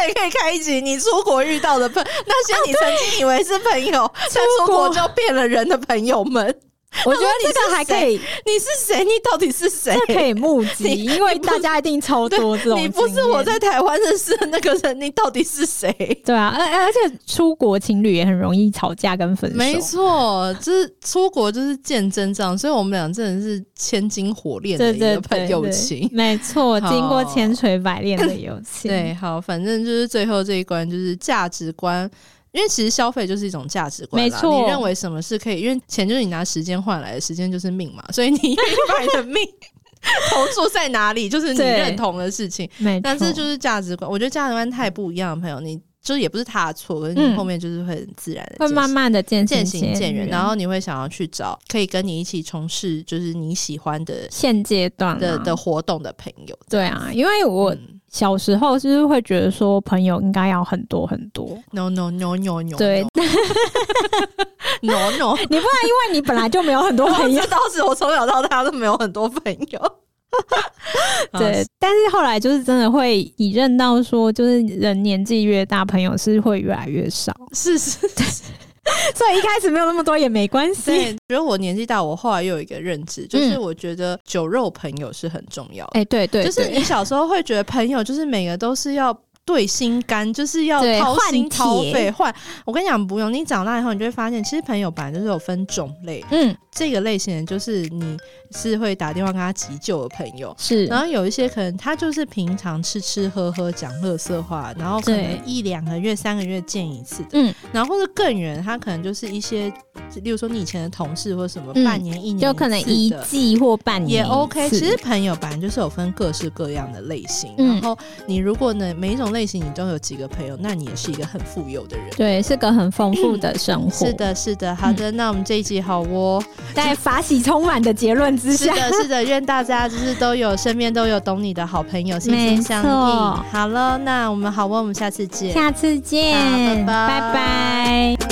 Speaker 1: 这也可以开一集？你出国遇到的朋， 那些你曾经以为是朋友，在 出国就变了人的朋友们，
Speaker 2: 我觉得这个还可 以，
Speaker 1: 你是谁？你到底是谁？
Speaker 2: 这可以募集，
Speaker 1: 你
Speaker 2: 因为大家一定超
Speaker 1: 对
Speaker 2: 多这种。
Speaker 1: 你不是我。在台湾认识的那个人，你到底是谁？
Speaker 2: 对啊，而而且出国情侣也很容易吵架跟分手。
Speaker 1: 没 错，就是出国就是见真章，所以我们俩真的是千金火炼的
Speaker 2: 对
Speaker 1: 一
Speaker 2: 对
Speaker 1: 个
Speaker 2: 对，
Speaker 1: 朋友
Speaker 2: 对
Speaker 1: 情。
Speaker 2: 没错，
Speaker 1: 好
Speaker 2: 经过千锤百炼的友情，
Speaker 1: 对，好，反正就是最后这一关就是价值观。因为其实消费就是一种价值观啦，
Speaker 2: 没错
Speaker 1: 你认为什么是可以？因为钱就是你拿时间换来的，时间就是命嘛， 所以你愿意把你的命投注在哪里，就是你
Speaker 2: 对
Speaker 1: 认同的事情。
Speaker 2: 没错，
Speaker 1: 但是就是价值观，我觉得价值观太不一样的朋友，你就是也不是他的错，可是
Speaker 2: 嗯
Speaker 1: 你后面就是会很自然的、
Speaker 2: 会慢慢的渐
Speaker 1: 渐
Speaker 2: 行嗯
Speaker 1: 行渐远，
Speaker 2: 远。
Speaker 1: 然后你会想要去找可以跟你一起从事就是你喜欢的
Speaker 2: 现阶段、啊、
Speaker 1: 的的活动的朋友。
Speaker 2: 对啊，因为我
Speaker 1: 嗯
Speaker 2: 小时候就是会觉得说朋友应该要很多很 多，
Speaker 1: ，no no no no no，
Speaker 2: 对
Speaker 1: no no，
Speaker 2: 你不然因为你本来就没有很多朋友
Speaker 1: 这，倒是我从小到大都没有很多朋友。
Speaker 2: 对，但啊是后来就是真的会体认到说，就是人年纪越大，朋友是会越来越少，
Speaker 1: 啊，是是，
Speaker 2: 所以一开始没有那么多也没关
Speaker 1: 对，
Speaker 2: 系。
Speaker 1: 觉得我年纪大，我后来又有一个认知，就是
Speaker 2: 嗯
Speaker 1: 我觉得酒肉朋友是很重要的。
Speaker 2: 哎、对对
Speaker 1: 就是
Speaker 2: 对
Speaker 1: 你小时候会觉得朋友就是每个都是要对心肝，就是要
Speaker 2: 对
Speaker 1: 掏心
Speaker 2: 换铁
Speaker 1: 掏肺换。我跟你讲不用，你长大以后你就会发现，其实朋友本来就是有分种类，
Speaker 2: 嗯，
Speaker 1: 这个类型人就是你是会打电话跟他急救的朋友。
Speaker 2: 是
Speaker 1: 然后有一些可能他就是平常吃吃喝喝讲乐色话，然后可
Speaker 2: 对
Speaker 1: 能一两个月、三个月见一次的，
Speaker 2: 嗯，
Speaker 1: 然后或者更远，他可能就是一些，例如说你以前的同事或什么，
Speaker 2: 嗯
Speaker 1: 半年、一年
Speaker 2: 就可能
Speaker 1: 次
Speaker 2: 一
Speaker 1: 的
Speaker 2: 季或半年
Speaker 1: 也
Speaker 2: 一
Speaker 1: OK。
Speaker 2: 次
Speaker 1: 其实朋友本来就是有分各式各样的类型，
Speaker 2: 嗯
Speaker 1: 然后你如果呢每一种类型你都有几个朋友，那你也是一个很富有的人。
Speaker 2: 对，嗯是个很丰富的生活。
Speaker 1: 是，的，是的，好的，那我们这一集好哦。
Speaker 2: 在法喜充满的结论之
Speaker 1: 是
Speaker 2: 下，
Speaker 1: 的，是的，愿大家就是都有身边都有懂你的好朋友，心
Speaker 2: 没
Speaker 1: 心相印
Speaker 2: 错。
Speaker 1: 好了，那我们好哦，我们下次见。
Speaker 2: 下次见
Speaker 1: 好，拜拜
Speaker 2: 拜拜